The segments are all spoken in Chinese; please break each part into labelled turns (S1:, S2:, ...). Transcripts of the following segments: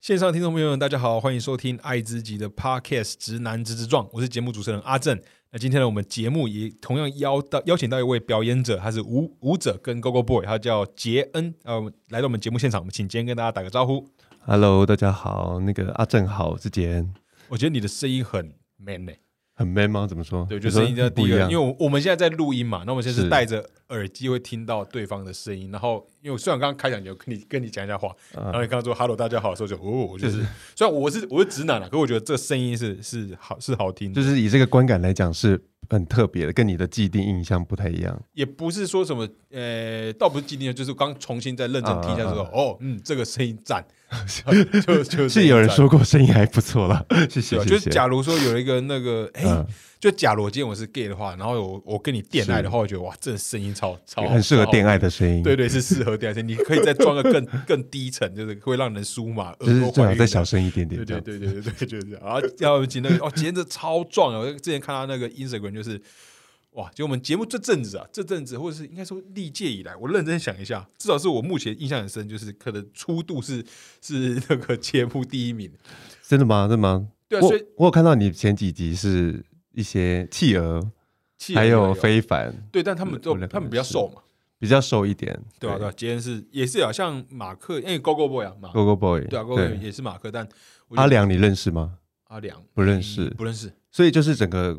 S1: 线上听众朋友们，大家好，欢迎收听《爱知己的 Podcast《直男直直撞》，我是节目主持人阿正。那今天呢，我们节目也同样邀到邀请到一位表演者，他是舞舞者跟 Go Go Boy，他叫杰恩，呃，来到我们节目现场，我们请杰恩跟大家打个招呼。
S2: Hello，大家好，那个阿正好，我是杰恩，
S1: 我觉得你的声音很 man 呢、
S2: 很 man 吗？怎么说？
S1: 对，
S2: 你
S1: 就
S2: 说
S1: 声音在第
S2: 不
S1: 一
S2: 一
S1: 个，
S2: 样
S1: 因为我我们现在在录音嘛，那我们现在是
S2: 是
S1: 戴着耳机会听到对方的声音，然后因为我虽然刚刚开场有跟你跟你讲一下话，然后你刚刚说 “hello，大家好”的时候就哦，我啊就是虽然我是我是直男啊了，可我觉得这个声音是是好是好听的，
S2: 就是以这个观感来讲是很特别的，跟你的既定印象不太一样。
S1: 也不是说什么呃，倒不是今天就是刚重新再认真听一下之后，
S2: 啊
S1: 哦，嗯，这个声音 赞，就就是
S2: 有人
S1: 赞
S2: 说过声音还不错啦， 谢谢
S1: 对啊，
S2: 谢
S1: 就
S2: 谢。
S1: 是假如说有一个那个，哎、
S2: 嗯
S1: 就假如今天我是 gay 的话，然后我我跟你恋爱的话，我觉得哇，这声音超超
S2: 很适合
S1: 超
S2: 恋爱的声音，
S1: 对，对，是适合电爱你可以再装个更更低层，就是会让人酥麻，
S2: 就
S1: 耳
S2: 是
S1: 朵
S2: 最
S1: 怀
S2: 好
S1: 孕
S2: 再
S1: 的。
S2: 小声一点点
S1: 对
S2: 这
S1: 对
S2: 样子。
S1: 对对对对，就是这样。然后要请那个哦，杰子超壮啊！我之前看他那个 Instagram 就是。哇！就我们节目这阵子啊，这阵子或者是应该说历届以来，我认真想一下，至少是我目前印象很深，就是可能初度是是那个节目第一名。
S2: 真的吗？真的吗？
S1: 对啊，
S2: 我
S1: 所以
S2: 我有看到你前几集是一些企鹅，
S1: 气
S2: 还
S1: 人
S2: 有非凡，
S1: 对，但他们都
S2: 我两个
S1: 他们比较
S2: 是
S1: 瘦嘛，
S2: 比较瘦一点，
S1: 对吧、对吧、啊今天是也是啊，像马克，因为 Go Go Boy 啊，马
S2: g o g o Boy，
S1: 对啊，Go Go Boy 也是马克，但我觉
S2: 阿
S1: 得
S2: 良你认识吗？
S1: 阿良
S2: 不认识
S1: 嗯不认识。
S2: 所以就是整个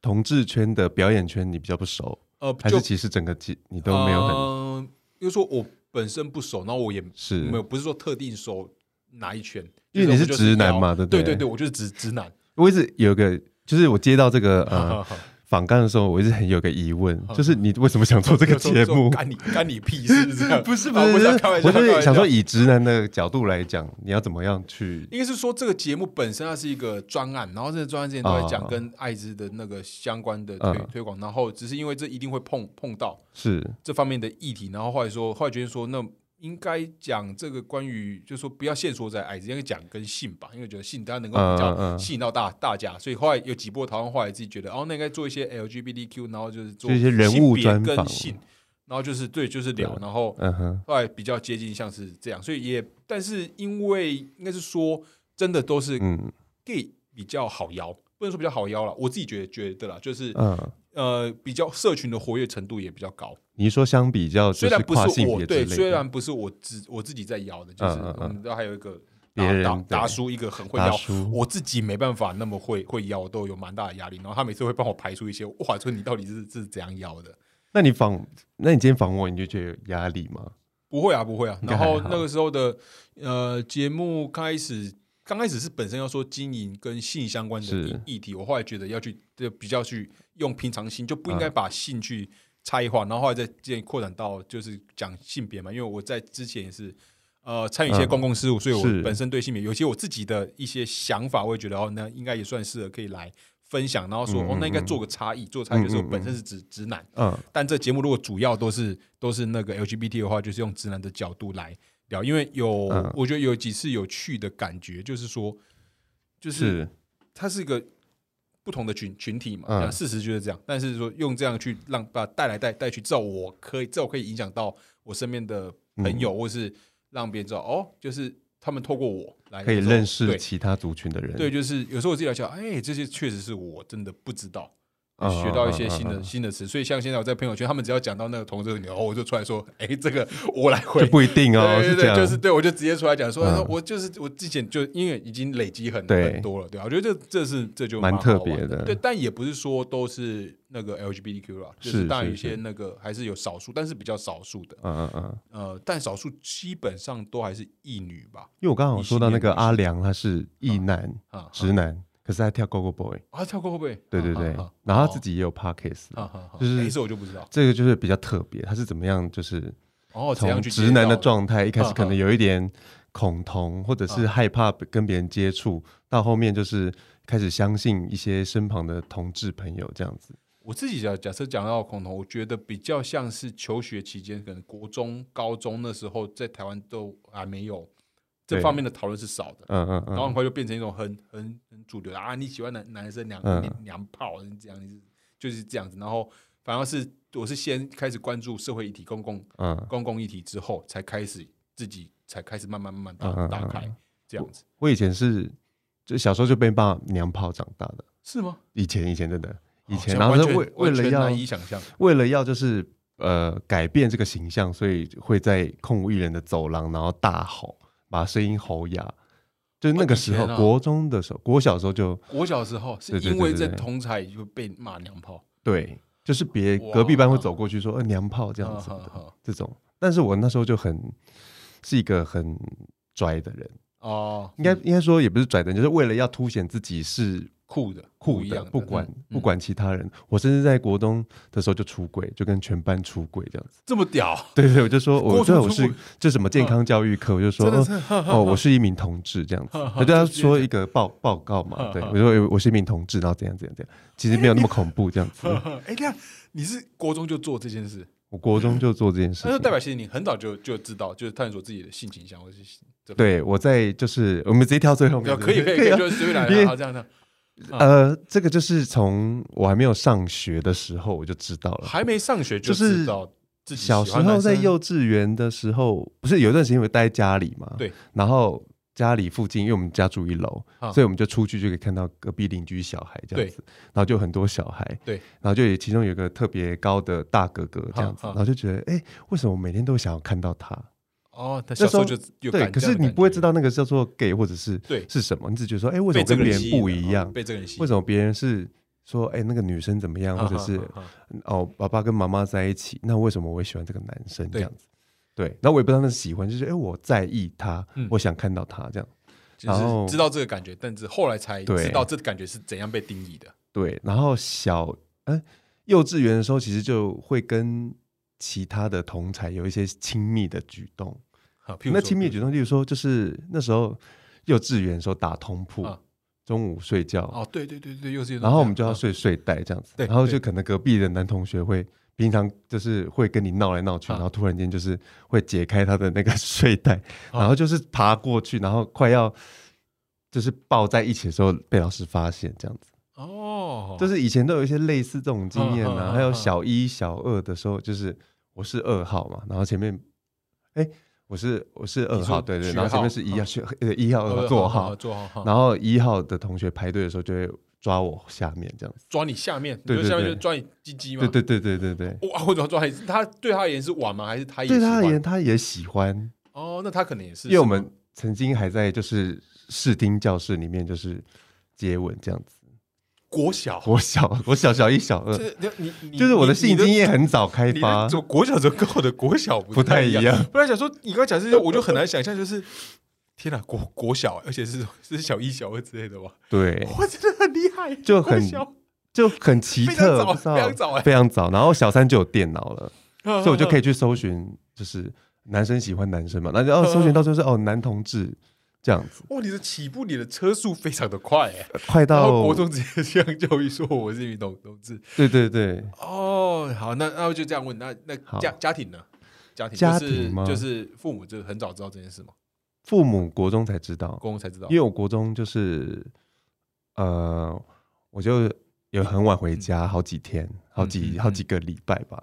S2: 同志圈的表演圈你比较不熟，
S1: 呃，
S2: 还
S1: 就是
S2: 其实整个几你都没有很、
S1: 嗯，因为说我本身不熟，然后我也
S2: 是
S1: 没有不是说特定熟哪一圈，
S2: 因为你是
S1: 就
S2: 直男嘛
S1: 聊
S2: 对不
S1: 对
S2: 对
S1: 对，我就是直直男。
S2: 我一直有一个，就是我接到这个 呃
S1: 做
S2: 访纲的时候，我一直很有个疑问，就是你为什么想 做这个 节目？
S1: 干你干你屁事这 样？
S2: 不是不
S1: 啊
S2: 是，
S1: 我
S2: 不
S1: 想
S2: 是
S1: 开玩笑，
S2: 我就是想
S1: 开玩笑
S2: 说，以直男的角度来讲，你要怎么样去？
S1: 应该是说这个节目本身它是一个专案，然后这个专案之前都在讲
S2: 啊
S1: 跟艾滋的那个相关的推、
S2: 嗯
S1: 推广，然后只是因为这一定会碰碰到
S2: 是
S1: 这方面的议题，然后后来说后来决定说那。应该讲这个关于，就是说不要限缩在艾滋，应该讲跟性吧，因为我觉得性它能够比
S2: 嗯嗯
S1: 较
S2: 嗯
S1: 吸引到大大家，所以后来有几波讨论，后来自己觉得，哦，那应该做一些 LGBTQ，然后就是做
S2: 就一些人
S1: 性
S2: 物
S1: 别
S2: 专
S1: 跟
S2: 访
S1: 性，然后就是对，就是聊，然后
S2: 嗯哼，
S1: 后来比较接近像是这样，所以也但是因为应该是说真的都是
S2: 嗯
S1: gay 比较好邀，不能说比较好邀了，我自己觉得觉得啦，就是、
S2: 嗯，
S1: 呃比较社群的活跃程度也比较高，
S2: 你说相比较就
S1: 虽然不
S2: 跨
S1: 是
S2: 性
S1: 我
S2: 别
S1: 对，
S2: 之
S1: 虽
S2: 类的，
S1: 然不是我自我自己在邀的，就是
S2: 嗯嗯嗯
S1: 我们都还有一个
S2: 别
S1: 达
S2: 人
S1: 达
S2: 对
S1: 达叔一个很会
S2: 达
S1: 邀
S2: 叔，
S1: 我自己没办法那么会会邀，都有蛮大的压力，然后他每次会帮我排除一些，哇，说你到底是是怎样邀的。
S2: 那你访，那你今天访问我，你就觉得有压力吗？
S1: 不会啊，不会啊。
S2: 应该
S1: 然后
S2: 还好
S1: 那个时候的呃节目开始，刚开始是本身要说经营跟性相关的
S2: 是
S1: 议议题，我后来觉得要去就比较去用平常心，就不
S2: 嗯
S1: 应该把性去差异化，然后后来再建议扩展到就是讲性别嘛，因为我在之前也是。呃，参与一些
S2: 嗯
S1: 公共事务，所以我
S2: 是
S1: 本身对性别有一些我自己的一些想法，我也觉得哦，那应该也算适合可以来分享，然后说、
S2: 嗯
S1: 哦，那应该
S2: 嗯嗯
S1: 做个差异，做差异就是我
S2: 嗯嗯
S1: 本身是直、直男，
S2: 嗯，
S1: 但这节目如果主要都是都是那个 LGBT 的话，就是用直男的角度来聊，因为有、
S2: 嗯
S1: 我觉得有几次有趣的感觉，就是说，就是
S2: 是
S1: 它是一个不同的群群体嘛，
S2: 嗯
S1: 那事实就是这样。但是说用这样去让把带来带带去，至少我可以至少可以影响到我身边的朋
S2: 嗯
S1: 友，或是让别人知道哦，就是他们透过我来
S2: 可以
S1: 说
S2: 认
S1: 对
S2: 识其他族群的人，
S1: 对，就是有时候我自己来想，哎，这些确实是我真的不知道，
S2: 嗯
S1: 学到一些新
S2: 嗯嗯
S1: 的
S2: 嗯
S1: 新的词。所以像现在我在朋友圈，他们只要讲到那个同志，然后我就出来说，哎，这个我来回
S2: 就。 不一定哦，
S1: 对对
S2: 是这
S1: 对，
S2: 样，
S1: 就是对我就直接出来讲说，
S2: 嗯
S1: 说我就是我之前就因为已经累积很
S2: 对
S1: 很多了，对吧？我觉得这这是这就
S2: 蛮
S1: 好玩
S2: 特别
S1: 的，
S2: 的
S1: 对，但也不是说都是那个 LGBTQ 啦，就是当然有
S2: 是
S1: 一些
S2: 是
S1: 那个还是有少数，但是比较少数的，
S2: 嗯嗯嗯。
S1: 呃，但少数基本上都还是异女吧，
S2: 因为我刚刚有说到那个
S1: 异性恋女性
S2: 阿良，他是异男、
S1: 啊，
S2: 直男，可是他跳 Go Go Boy，
S1: 啊跳过会不会？
S2: 对对对
S1: 啊啊啊，
S2: 然后他自己也有 Pockets，
S1: 啊啊啊
S2: 就是
S1: 诶这我就不知道
S2: 这个就是比较特别，他是怎么样，就是
S1: 哦，怎样
S2: 从
S1: 去
S2: 直男
S1: 接
S2: 的
S1: 到
S2: 状态，一开
S1: 啊
S2: 始可
S1: 啊
S2: 能有一点恐同，或者是害怕跟别人接触，到后面就是开始相信一些身旁的同志朋友这样子，
S1: 我自己假假设讲到恐同，我觉得比较像是求学期间，可能国中、高中那时候在台湾都还没有这
S2: 对
S1: 方面的讨论是少的，
S2: 嗯嗯
S1: 然后很
S2: 嗯，
S1: 快就变成一种很很很主流的啊，你喜欢男男生娘、
S2: 嗯
S1: 娘娘炮，你这样你是就是这样子，然后反而是我是先开始关注社会议题、公共
S2: 嗯
S1: 公共议题之后，才开始自己才开始慢慢慢慢
S2: 嗯嗯
S1: 打
S2: 嗯
S1: 打开。这样子，
S2: 我以前是就小时候就被爸娘炮长大的，
S1: 是吗？
S2: 以前以前真的，以前
S1: 哦
S2: 然后
S1: 完
S2: 是
S1: 全
S2: 为为
S1: 完
S2: 了
S1: 全
S2: 要
S1: 难以想象，
S2: 为了要就是呃改变这个形象，所以会在空无一人的走廊，然后大吼，把声音吼哑。就是那个时候，
S1: 以前啊
S2: 国中的时候，国小的时候就
S1: 我小时候是
S2: 对对
S1: 因为
S2: 对
S1: 在
S2: 对对
S1: 同才就被骂娘炮，
S2: 对，就是别
S1: 哇
S2: 隔壁班会走过去说“呃娘炮”这样
S1: 啊
S2: 子的、
S1: 哈哈
S2: 这种。但是我那时候就很是一个很拽的人，
S1: 哦，
S2: 应该应该说也不是拽的人，就是为了要凸显自己是
S1: 酷的
S2: 酷
S1: 不一
S2: 的
S1: 样，的，
S2: 不管
S1: 嗯
S2: 不管其他人。我甚至在国中的时候就出轨，就跟全班出轨这样子。
S1: 这么屌，
S2: 对对，我就说我
S1: 国
S2: 最
S1: 中
S2: 后我
S1: 出
S2: 是
S1: 轨嗯
S2: 这什么健康教育课，我就说
S1: 真的
S2: 呃
S1: 是
S2: 哦，我是一名同志这样子，我就要说一个报报告嘛，对我说我是一名同志，然后怎样怎样怎样，其实没有那么恐怖这样子。
S1: 哎，你看你是国中就做这件事，
S2: 我国中就做这件事
S1: 那就
S2: 情
S1: 代，表其实你很早就就知道，就是探索自己的性倾向或者是这方面
S2: 对我在就是我们直接跳最后
S1: 对
S2: 面，
S1: 啊，可以可以可
S2: 啊
S1: 以，就随便来
S2: 因为
S1: 了，好这样这样，
S2: 呃，这个就是从我还没有上学的时候我就知道了。
S1: 还没上学就
S2: 就是
S1: 知道自己喜
S2: 小
S1: 欢
S2: 时候在
S1: 男生
S2: 幼稚园的时候，不是有一段时间我待在家里嘛？
S1: 对。
S2: 然后家里附近，因为我们家住一楼，
S1: 啊
S2: 所以我们就出去就可以看到隔壁邻居小孩这样子，然后就很多小孩，
S1: 对，
S2: 然后就有其中有一个特别高的大哥哥这样子，
S1: 啊啊
S2: 然后就觉得，哎，为什么我每天都想要看到他？
S1: 哦，他小时候就有
S2: 对，
S1: 感
S2: 可
S1: 这样
S2: 是
S1: 的
S2: 你
S1: 感
S2: 不会
S1: 觉
S2: 知道那个叫做 gay 或者是
S1: 对
S2: 是什么，你只觉得说，哎，为什
S1: 被
S2: 么
S1: 这
S2: 跟
S1: 个
S2: 别
S1: 人吸
S2: 人
S1: 引
S2: 不
S1: 了
S2: 一
S1: 啊
S2: 样？
S1: 被这个人吸引，
S2: 为什么别人是说，哎，那个女生怎么样，
S1: 啊
S2: 或者是
S1: 啊啊啊
S2: 哦，爸爸跟妈妈在一起，那为什么我会喜欢这个男生这
S1: 对
S2: 样子？对，然后我也不知道那是喜欢，就是哎，我在意他，
S1: 嗯
S2: 我想看到他这样。
S1: 就
S2: 然后
S1: 是知道这个感觉，但是后来才
S2: 对
S1: 知道这感觉是怎样被定义的。
S2: 对，然后小哎，幼稚园的时候其实就会跟其他的同才有一些亲密的举动。
S1: 啊譬如
S2: 那
S1: 说
S2: 亲密的举动，例如说，就是那时候幼稚园的时候打通铺，
S1: 啊
S2: 中午睡觉，
S1: 哦，对对对对，又是一种
S2: 然后我们就要
S1: 啊
S2: 睡睡袋这样子，
S1: 对
S2: 然后
S1: 对
S2: 就可能隔壁的男同学会。平常就是会跟你闹来闹去，
S1: 啊
S2: 然后突然间就是会解开他的那个 睡袋，
S1: 啊
S2: 然后就是爬过去，然后快要就是抱在一起的时候被老师发现，这样子。
S1: 哦，
S2: 就是以前都有一些类似这种经验
S1: 嗯嗯
S2: 啊，
S1: 嗯
S2: 还有
S1: 嗯
S2: 小一、小二的时候，就是我是二号嘛，然后前面，哎，我是我是二
S1: 你
S2: 号，
S1: 说
S2: 对对，
S1: 学
S2: 然后前
S1: 号
S2: 面是一
S1: 嗯
S2: 号学呃一号、二号
S1: 呃
S2: 座
S1: 好
S2: 号，
S1: 坐好，
S2: 然
S1: 后
S2: 后一号的同学排队的时候就会抓我下面这样子，
S1: 抓你下面，
S2: 对
S1: 你说下
S2: 对
S1: 面
S2: 对
S1: 就抓你鸡鸡嘛。
S2: 对对对对对对，
S1: 对，哇，或者抓你，他对他而言是玩吗？还是他也
S2: 对
S1: 喜
S2: 他而
S1: 欢
S2: 言他也喜欢，
S1: 哦，那他可能也是，
S2: 因为我们曾经还在就是视听教室里面就是接吻这样子，
S1: 国小，
S2: 我小我小小一小
S1: 就
S2: 二，
S1: 是你你
S2: 呃就是我的性经
S1: 验。
S2: 验很早开
S1: 你
S2: 发
S1: 的，走国小怎么跟我的国小不
S2: 不太
S1: 一
S2: 一样？
S1: 不然想说，你刚才讲这些，我就很难想象，就是天哪，国国小，而且是是小一、小二之类的吧？
S2: 对。
S1: 哇，真的很厉害，
S2: 就很
S1: 国小
S2: 就很奇
S1: 非常
S2: 特，
S1: 早
S2: 不知道
S1: 非常早哎
S2: 非常早然后小三就有电脑了，
S1: 所
S2: 所以我就可
S1: 以
S2: 以去搜寻，就是男生喜欢男生嘛，然后哦搜寻到就是哦男同志这样子，
S1: 哇，你的起步，你的车速非常的快哎。
S2: 快
S1: 然
S2: 到
S1: 后国中直接这样教育说我是运动同志
S2: 对对对，
S1: 哦，好，那那我就这样问，那那
S2: 好
S1: 家家庭呢？家庭
S2: 家
S1: 就
S2: 庭
S1: 是
S2: 吗
S1: 就是父母就很早知道这件事嘛，
S2: 父母国中才知道，
S1: 公公才知道
S2: 因为我国中就是呃，我就有很晚回家，好几天，好
S1: 嗯
S2: 几
S1: 嗯
S2: 好几个礼拜吧，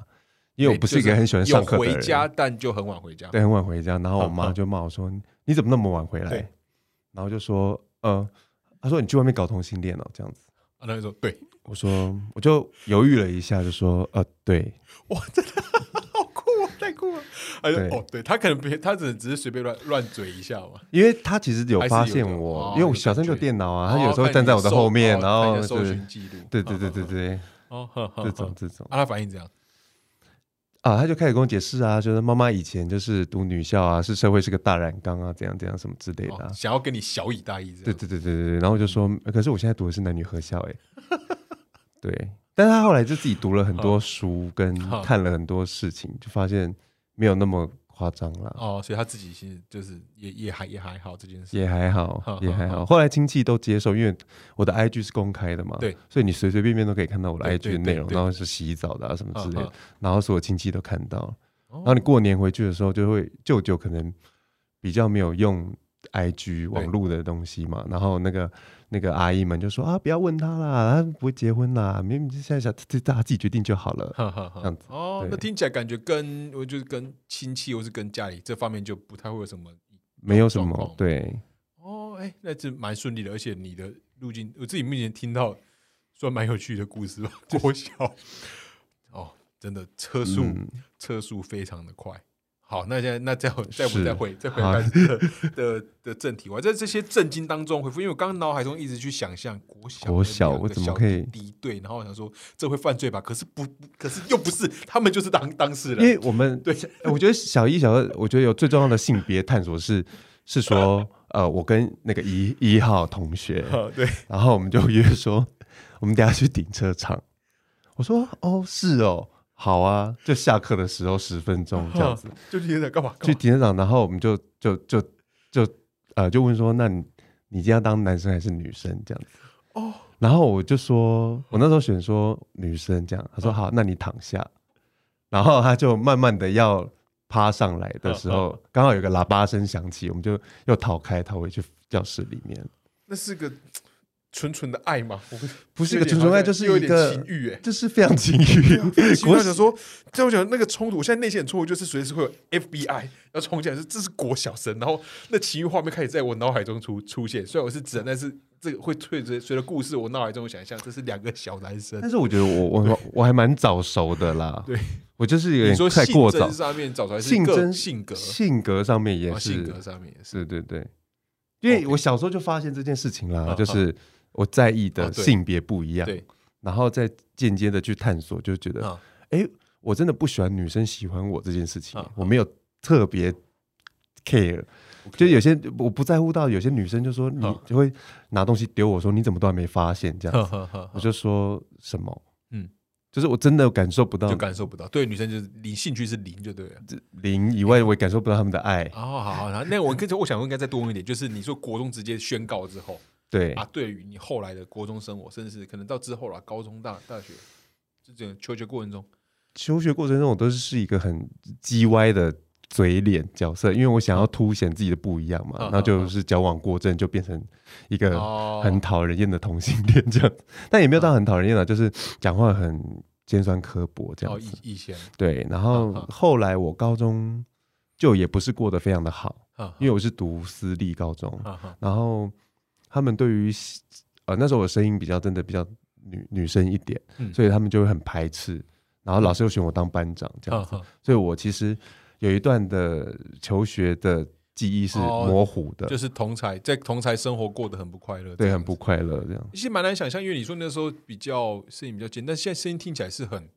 S2: 因为我不是一
S1: 哎就
S2: 个很喜欢上课
S1: 有
S2: 的人，
S1: 回家，但就很晚回家。
S2: 对，很晚回家，然后我
S1: 嗯
S2: 妈
S1: 嗯
S2: 就骂我说：“你怎么那么晚回来
S1: 对？”
S2: 然后就说：“呃，她说你去外面搞同性恋了、哦这样子。
S1: 啊，那就说 对，”
S2: 我说：“我就犹豫了一下，就说：‘呃，对，
S1: 哇，真的好酷啊，太酷了！哎呦
S2: 对，
S1: 哦，对他可能别，他只能只是随便乱乱嘴一下嘛。
S2: 因为她其实有
S1: 还是
S2: 发
S1: 有
S2: 现
S1: 的
S2: 我，
S1: 哦
S2: 因为我
S1: 有
S2: 小
S1: 感
S2: 三就
S1: 觉
S2: 电脑啊，她
S1: 哦
S2: 有时候
S1: 看你
S2: 站在我的
S1: 搜
S2: 后面，
S1: 哦
S2: 然后
S1: 看你的搜
S2: 对
S1: 寻记录，
S2: 对对对对对，
S1: 哦，呵呵呵
S2: 这种这种
S1: 啊，他反应这样，
S2: 啊，她就开始跟我解释啊，就是妈妈以前就是读女校啊，是社会是个大染缸啊，怎样怎样什么之类的、
S1: 哦嗯
S2: 啊。
S1: 想要跟你小以大义这
S2: 对
S1: 样。
S2: 对对对对对，然后我就说，呃可是我现在读的是男女合校哎、 对，但是他后来就自己读了很
S1: 嗯
S2: 多书，跟
S1: 好
S2: 看了很多事情，就发现没有那么夸张啦，
S1: 哦，所以他自己其实就是也也还也还好这件事。
S2: 也还
S1: 好
S2: 好，也
S1: 好
S2: 还
S1: 好
S2: 好。后来亲戚都接受，因为我的 IG 是公开的嘛，
S1: 对，
S2: 所以你随随便便都可以看到我的
S1: 对
S2: IG 的
S1: 对
S2: 内
S1: 对
S2: 容，
S1: 对
S2: 然后是洗澡的啊什么之类
S1: 好
S2: 的
S1: 好，
S2: 然后所有亲戚都看到。
S1: 嗯哦
S2: 然后你过年回去的时候，就会舅舅可能比较没有用 IG 网络的东西嘛，然后那个那个阿姨们就说啊，不要问他啦，他不会结婚啦，明明现在想自大家自己决定就好了。
S1: 哈哈哈
S2: 这样子
S1: 哦
S2: 对，
S1: 那听起来感觉跟我就是跟亲戚或是跟家里这方面就不太会有什么
S2: 没有什
S1: 状
S2: 么
S1: 况
S2: 对，
S1: 哦，哦，哎、那是蛮顺利的，而且你的路径，我自己目前听到算蛮有趣的故事吧， 国小哦，真的车速、
S2: 嗯
S1: 车速非常的快。好，那现在那再回再
S2: 是
S1: 回再回再回
S2: 好
S1: 来的的的正题，我在这些震惊当中回复，因为我刚刚脑海中一直去想象国小
S2: 国
S1: 的
S2: 小
S1: 两个
S2: 我怎么
S1: 小
S2: 可以
S1: 敌对，然后我想说这会犯罪吧？可是不，不可是又不是，他们就是当当事
S2: 因
S1: 人，
S2: 为我们
S1: 对，
S2: 我觉得小一、小二，我觉得有最重要的性别探索是，是说，呃，我跟那个一一号同学，
S1: 啊对，
S2: 然后我们就约说， 我们等一下去停车场。我说，哦，是哦，好啊，就下课的时候十分钟这样子。
S1: 啊，就觉得干嘛？干
S2: 去
S1: 嘛
S2: 停车场，然后我们就就就就呃就问说，那你你今天要当男生还是女生这样子？
S1: 哦，
S2: 然后我就说，我那时候选说女生这样，他说好，那你躺下，然后他就慢慢的要趴上来的时候，刚好有个喇叭声响起，我们就又逃开，逃回去教室里面。
S1: 那是个纯纯的爱吗？我不
S2: 不是一个纯纯爱，就是
S1: 有
S2: 一
S1: 一点
S2: 个
S1: 情欲哎、
S2: 就是非常 情欲。
S1: 我
S2: 国
S1: 想说，在我想那个冲突，我现在内心很冲突，就是随时会有 FBI 要冲进来，是这是国小生，然后那情欲画面开始在我脑海中出出现。虽然我是指人，但是这个会随着随着故事，我脑海中想象这是两个小男生
S2: 但。是我觉得我我我还蛮早熟的啦，
S1: 对
S2: 我就是有
S1: 你说
S2: 点太
S1: 性
S2: 过早
S1: 征，上面找出来是
S2: 性
S1: 个
S2: 征
S1: 性格
S2: 性格上面也
S1: 啊，
S2: 是，
S1: 性格上面也是
S2: 是对对，因为
S1: OK
S2: 我小时候就发现这件事情啦，
S1: 啊
S2: 就是我在意
S1: 啊
S2: 的
S1: 对
S2: 性别不一样，
S1: 对
S2: 然后再间接的去探索，就觉得
S1: 啊，
S2: 哎，我真的不喜欢女生喜欢我这件事情
S1: 啊，
S2: 我没有特别 care。就有些我不在乎到有些女生就说你
S1: 啊
S2: 就会拿东西丢我说你怎么都还没发现这样
S1: 呵
S2: 子，
S1: 呵呵
S2: 我就说什么嗯
S1: 嗯，
S2: 就是我真的感受不到
S1: 就感受不到。对女生就是零兴趣是零就对了。
S2: 零以外，我也感受不到他们的爱，
S1: 哦，好好，好那我跟我想问，应该再多问一点，就是你说国中直接宣告之后
S2: 对
S1: 啊，对于你后来的国中生活，甚至是可能到之后了，高中、大大学，这种求学过程中，
S2: 求学过程中，我都是一个很叽歪的嘴脸角色，因为我想要凸显自己的不一样嘛，
S1: 嗯
S2: 然后就是矫枉过正，就变成一个
S1: 哦，
S2: 呃很讨人厌的同性恋这样，但也没有
S1: 嗯
S2: 到很讨人厌了，就是讲话很尖酸刻薄这
S1: 哦
S2: 样子。
S1: 以以前
S2: 对，然后
S1: 嗯嗯
S2: 后来我高中就也不是过得非常的好，
S1: 啊，
S2: 因为我是读私立高中，
S1: 啊哈
S2: 然后他们对于呃那时候我声音比较真的比较女女生一点，
S1: 嗯
S2: 所以他们就会很排斥。然后老师又选我当班长这样
S1: 啊
S2: 子，
S1: 哈，
S2: 所以我其实有一段的求学的记忆是
S1: 哦
S2: 模糊的，
S1: 就是同才在同才生活过得很不快乐，
S2: 对，
S1: 这样
S2: 很
S1: 子
S2: 不。快乐这样。
S1: 其实蛮难想象，因为你说那时候比较声音比较尖，但现在声音听起来是很，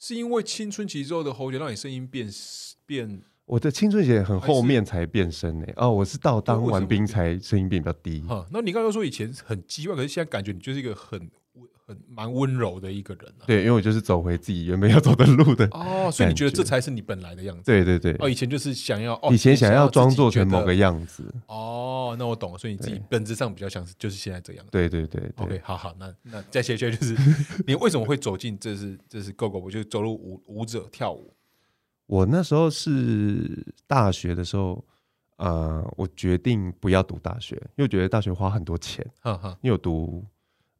S1: 是因为青春期之后的喉结让你声音变变
S2: 我的青春也很
S1: 还是
S2: 后面才变声呢、哦，我是到当完兵才声音变比较低。
S1: 哈。那你刚刚说以前很叽歪，可是现在感觉你就是一个很温很蛮温柔的一个人啊。
S2: 对，因为我就是走回自己原本要走的路的。
S1: 哦，所以你觉得
S2: 感觉
S1: 这才是你本来的样子？
S2: 对对对，
S1: 哦，以前就是想要，哦、
S2: 以前想要装作成
S1: 自己觉
S2: 某
S1: 得
S2: 个样子。
S1: 哦，那我懂了，所以你自己
S2: 对
S1: 本质上比较像是就是现在这样。
S2: 对对对对
S1: OK，好好，那那再接下来就是你为什么会走进这是这是 Go Go，我就走入舞舞者跳舞
S2: 我那时候是大学的时候，呃，我决定不要读大学，因为我觉得大学花很多钱，
S1: 哈哈，
S2: 因为我读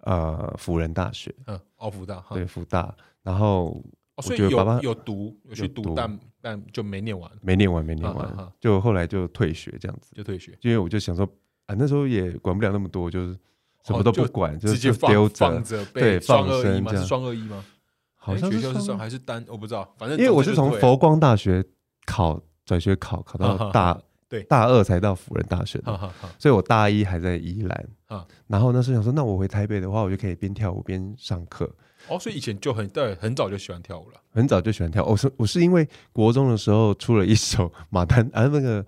S2: 呃辅仁大学，
S1: 嗯，奥福大哈，
S2: 对辅大，然后
S1: 哦，所以
S2: 我觉得爸爸
S1: 有有读有去
S2: 有
S1: 读，
S2: 读
S1: 但但就没念完
S2: 没念完，没念
S1: 啊啊
S2: 完
S1: 啊，
S2: 就后来就退学这样子，
S1: 就退学，
S2: 因为我就想说啊，那时候也管不了那么多，就是什么都不管，就
S1: 哦直接
S2: 是
S1: 放
S2: 丢
S1: 放
S2: 着，
S1: 着
S2: 对
S1: 被双
S2: 放
S1: 二一
S2: 生
S1: 吗？
S2: 这
S1: 是
S2: 样
S1: 双二一吗？
S2: 好
S1: 哎
S2: 像
S1: 学
S2: 是
S1: 校是
S2: 上
S1: 双还是单，我不知道，反正
S2: 因为我是
S1: 总之
S2: 从
S1: 退了
S2: 佛光大学考转学考，考
S1: 啊啊
S2: 到
S1: 啊
S2: 大
S1: 对
S2: 大二才到辅仁大学的，
S1: 哈哈哈
S2: 所以我大一还在宜兰
S1: 啊
S2: 然后那时候想说，那我回台北的话，我就可以边跳舞边上课。
S1: 哦，所以以前就很对，很早就喜欢跳舞了。
S2: 很早就喜欢跳，我、是我是因为国中的时候出了一首马丹啊那个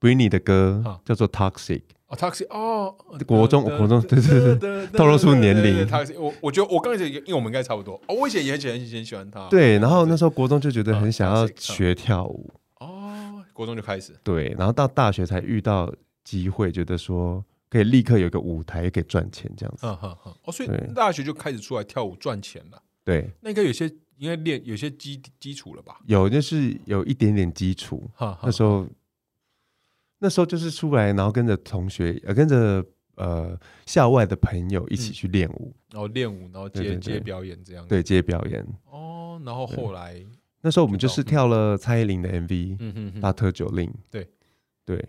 S2: Britney 的歌，
S1: 啊
S2: 叫做 Toxic，
S1: 哦，taxi 哦，
S2: 国中国中对对
S1: 对
S2: 透露出年龄
S1: taxi，我我觉得我刚才因为我们应该差不多。哦，我以前也很喜欢以前喜欢他。
S2: 对，然后那时候国中就觉得
S1: 啊
S2: 很想要
S1: Toxic，啊
S2: 学跳舞，
S1: 哦，国中就开始
S2: 对，然后到大学才遇到机会，觉得说可以立刻有一个舞台，也可以赚钱这样子，
S1: 哈哈哈。哦，所以
S2: 对
S1: 大学就开始出来跳舞赚钱了。
S2: 对，
S1: 那应该有些应该练有些基基础了吧？
S2: 有就是有一点点基础，
S1: 哈哈
S2: 那时候，那时候就是出来，然后跟着同学，呃，跟着呃校外的朋友一起去练舞，
S1: 然后练舞，然后
S2: 对
S1: 接
S2: 对对
S1: 接表演这样。
S2: 对，接表演。
S1: 哦，然后后来，
S2: 那
S1: 嗯
S2: 时候我们就是跳了蔡依林的 MV《
S1: 嗯哼哼，
S2: 大特九令》，
S1: 对
S2: 对，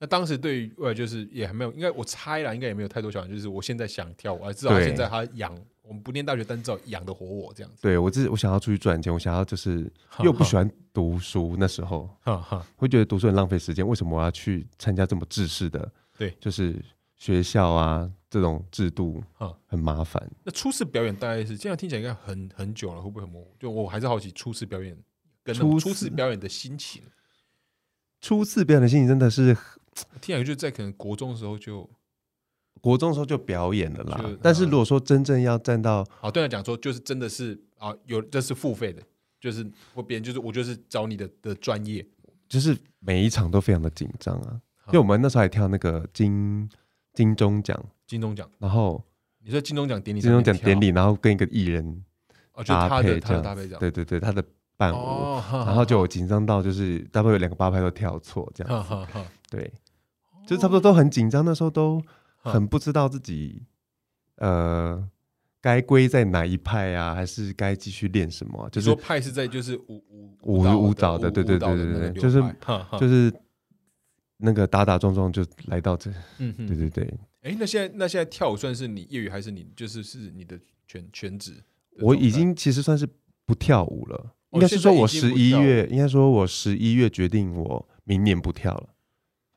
S1: 那当时对于呃，就是也还没有，应该我猜啦，应该也没有太多想法。就是我现在想跳舞，啊，至少
S2: 对
S1: 现在他养，我们不念大学，但至少养得活我这样子。
S2: 对我自我想要出去赚钱，我想要就是又不喜欢读书，那时候
S1: 哈哈，
S2: 会觉得读书很浪费时间，为什么我要去参加这么制式的？
S1: 对
S2: 就是学校啊这种制度
S1: 嗯
S2: 很麻烦。
S1: 那初次表演大概是这样，听起来应该很很久了，会不会很模糊？就我还是好奇初次表演跟那种
S2: 初
S1: 初
S2: 次
S1: 次表演的心情，
S2: 初次表演的心情真的是
S1: 听起来就在可能国中的时候就
S2: 国中的时候就表演了啦
S1: 就，
S2: 但是如果说真正要站到
S1: 好，哦对他啊讲说就是真的是啊，有这是付费的，就是我别人就是我就是找你的的专业，
S2: 就是每一场都非常的紧张啊，
S1: 好
S2: 因为我们那时候还跳那个金金钟奖，
S1: 金钟奖，
S2: 然后
S1: 你说金钟奖典礼
S2: 金
S1: 上面
S2: 钟
S1: 跳，
S2: 奖典礼，然后跟一个艺人，
S1: 哦，就是他的
S2: 搭
S1: 他的
S2: 配这样
S1: 搭配奖，
S2: 对对对，他的伴舞，
S1: 哦，哈
S2: 然后就有紧张到就是大概有两个八拍都跳错这样，
S1: 哈哈哈，
S2: 对，就是差不多都很紧张，那时候都
S1: 哈
S2: 很不知道自己呃该归在哪一派啊，还是该继续练什么啊、就
S1: 你
S2: 是
S1: 说派是在就是舞舞
S2: 舞
S1: 蹈
S2: 舞蹈的对对对对对就是
S1: 就
S2: 就是那个打打撞撞就来到这，
S1: 嗯
S2: 对
S1: 嗯，
S2: 对对。
S1: 哎，那现在那现在跳舞算是你业余还是你就是是你的全全职的状态？
S2: 我已经其实算是不跳舞了，
S1: 哦
S2: 应该是说我
S1: 现在已
S2: 十
S1: 经不跳
S2: 一月，应该说我十一月决定我明年不跳了，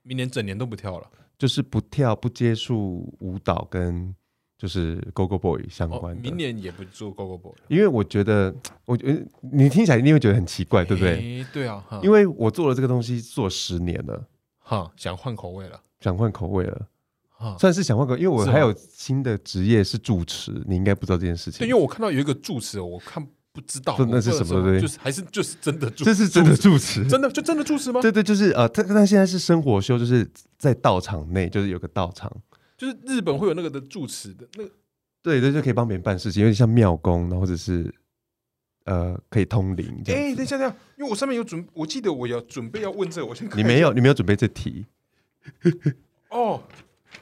S1: 明年整年都不跳了，
S2: 就是不跳不接触舞蹈跟就是 Go Go Boy 相
S1: 哦，
S2: 关的。
S1: 明年也不做 Go Go Boy，
S2: 因为我觉得，我觉得你听起来一定会觉得很奇怪，哎对不对？
S1: 诶？对啊，哈
S2: 因为我做了这个东西做十年了，
S1: 哈想换口味了，
S2: 想换口味了，
S1: 哈。
S2: 算是想换口味，因为我
S1: 哦是吗啊
S2: 还有新的职业是主持，你应该不知道这件事情
S1: 对，因。为我看到有一个住持，我看不知道
S2: 不那
S1: 我
S2: 是
S1: 不知道
S2: 什么对不对
S1: 就是还是就是真的住，
S2: 这是真的主持，
S1: 真的就真的住持吗？
S2: 对对，就是呃，他他现在是生活修，就是在道场内，就是有个道场，
S1: 就是日本会有那个的住持的那个
S2: 对对，就可以帮别人办事情，有点像庙公，然后或者是呃，可以通灵这样。
S1: 哎，等一下，等一下，因为我上面有准，我记得我要准备要问这个，我先看
S2: 你
S1: 一下
S2: 没有，你没有准备这题，
S1: 哦。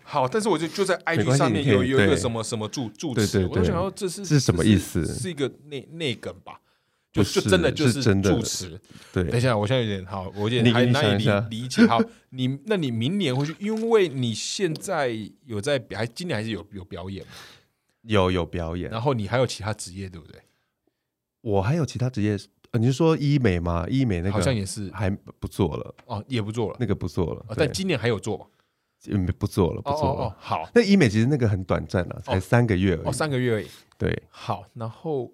S1: 好，但是我就就在
S2: 没
S1: IG
S2: 关系
S1: 上面
S2: 你可以
S1: 有有一个
S2: 对
S1: 什么什么住住
S2: 对
S1: 持，
S2: 对
S1: 我就
S2: 对
S1: 想到这是
S2: 这是什么
S1: 这是
S2: 意思
S1: 是一个内内梗吧？就
S2: 不
S1: 就是真的就是
S2: 真的
S1: 住持。等一
S2: 对，
S1: 下，我现在有点好，我有
S2: 你
S1: 点还
S2: 你想
S1: 难
S2: 一
S1: 以
S2: 下
S1: 理理解。好，你那你明年会去，因为你现在有在表，还今年还是有有表演嘛，
S2: 有有表演，
S1: 然后你还有其他职业，对不对？
S2: 我还有其他职业，呃、你是说医美吗？医美那个
S1: 好像也是
S2: 还不做了，
S1: 哦，也不做了。
S2: 那个不做了
S1: 哦，
S2: 对
S1: 但今年还有做吧
S2: 嗯不做了，不
S1: 哦
S2: 做
S1: 哦
S2: 了
S1: 哦。，好
S2: 那医美其实那个很短暂了，才三个月而已。
S1: 哦，三个月而已。
S2: 对，
S1: 好，然后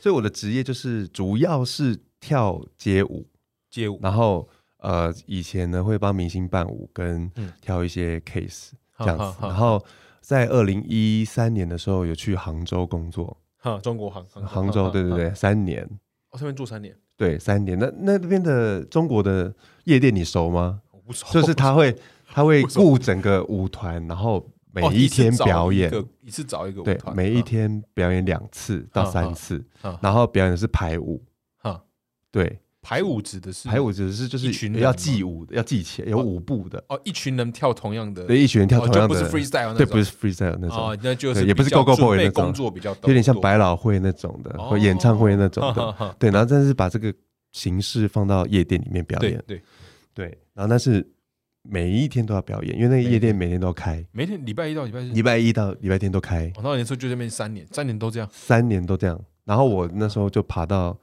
S2: 所以我的职业就是主要是跳街舞，
S1: 街舞，
S2: 然后呃，以前呢会帮明星伴舞跟
S1: 嗯
S2: 跳一些 case 这
S1: 好
S2: 样
S1: 好
S2: 子，
S1: 好
S2: 然后在二零一三年的时候有去杭州工作，
S1: 哈，中国杭杭
S2: 杭州对对，
S1: 哈哈
S2: 对，三年
S1: 我这边哦住三年，
S2: 对三年，那那边的中国的夜店你熟吗？
S1: 哦我不熟，
S2: 就是他会他会
S1: 为什么
S2: 雇整个舞团，然后每
S1: 哦
S2: 一天表演，，
S1: 一次找一个一次找一个舞
S2: 对，
S1: 团，嗯
S2: 每一天表演两次到
S1: 哈
S2: 三次，
S1: 哈哈
S2: 然后表演的是排舞，
S1: 哈，
S2: 对，
S1: 排舞指的是
S2: 排舞只是就
S1: 一群
S2: 是
S1: 人
S2: 要
S1: 吗
S2: 记舞的，要记起来，有
S1: 哦
S2: 舞步的，
S1: 哦，一群人跳同样的，
S2: 对，一群人跳
S1: 哦，
S2: 同
S1: 就
S2: 样
S1: 不
S2: 的
S1: 是，freestyle，那
S2: 对，不
S1: 种
S2: 是 freestyle 那
S1: 哦
S2: 种，，
S1: 那就是
S2: 对也不是
S1: 比较
S2: Go Go Boy
S1: 准备
S2: 那种
S1: 工作比较多
S2: 有点像
S1: 多
S2: 百老汇那种的，或演唱会那种
S1: 哈
S2: 的，
S1: 哈哈
S2: 对，然后但是把这个形式放到夜店里面表
S1: 对
S2: 演，
S1: 对，
S2: 对，然后但是每一天都要表演，因为那个夜店每天都要开，
S1: 每天礼拜一到礼拜日
S2: 礼，拜一到礼拜天都开，
S1: 我那年时候就这边三年，三年都这样，
S2: 三年都这样，然后我那时候就爬到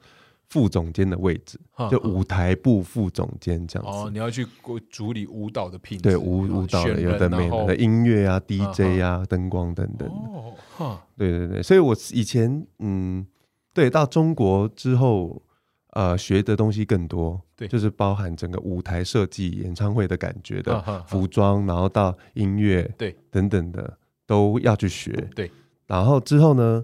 S2: 副总监的位置，
S1: 哈
S2: 就
S1: 哈
S2: 舞台部副总监这样子。
S1: 嗯哦，你要去过处理舞蹈的品质，
S2: 对舞
S1: 然后
S2: 舞蹈
S1: 选
S2: 的有的
S1: 人
S2: 没
S1: 然后嗯
S2: 的，那音乐啊、DJ
S1: 哈
S2: 啊、灯光等等的。
S1: 哦，哈，
S2: 对对对，所以我以前嗯，对，到中国之后，呃，学的东西更多，
S1: 对
S2: 就是包含整个舞台设计、演唱会的感觉
S1: 哈
S2: 的
S1: 哈哈
S2: 服装，然后到音乐，
S1: 啊对，
S2: 等等的都要去学，
S1: 对。
S2: 然后之后呢，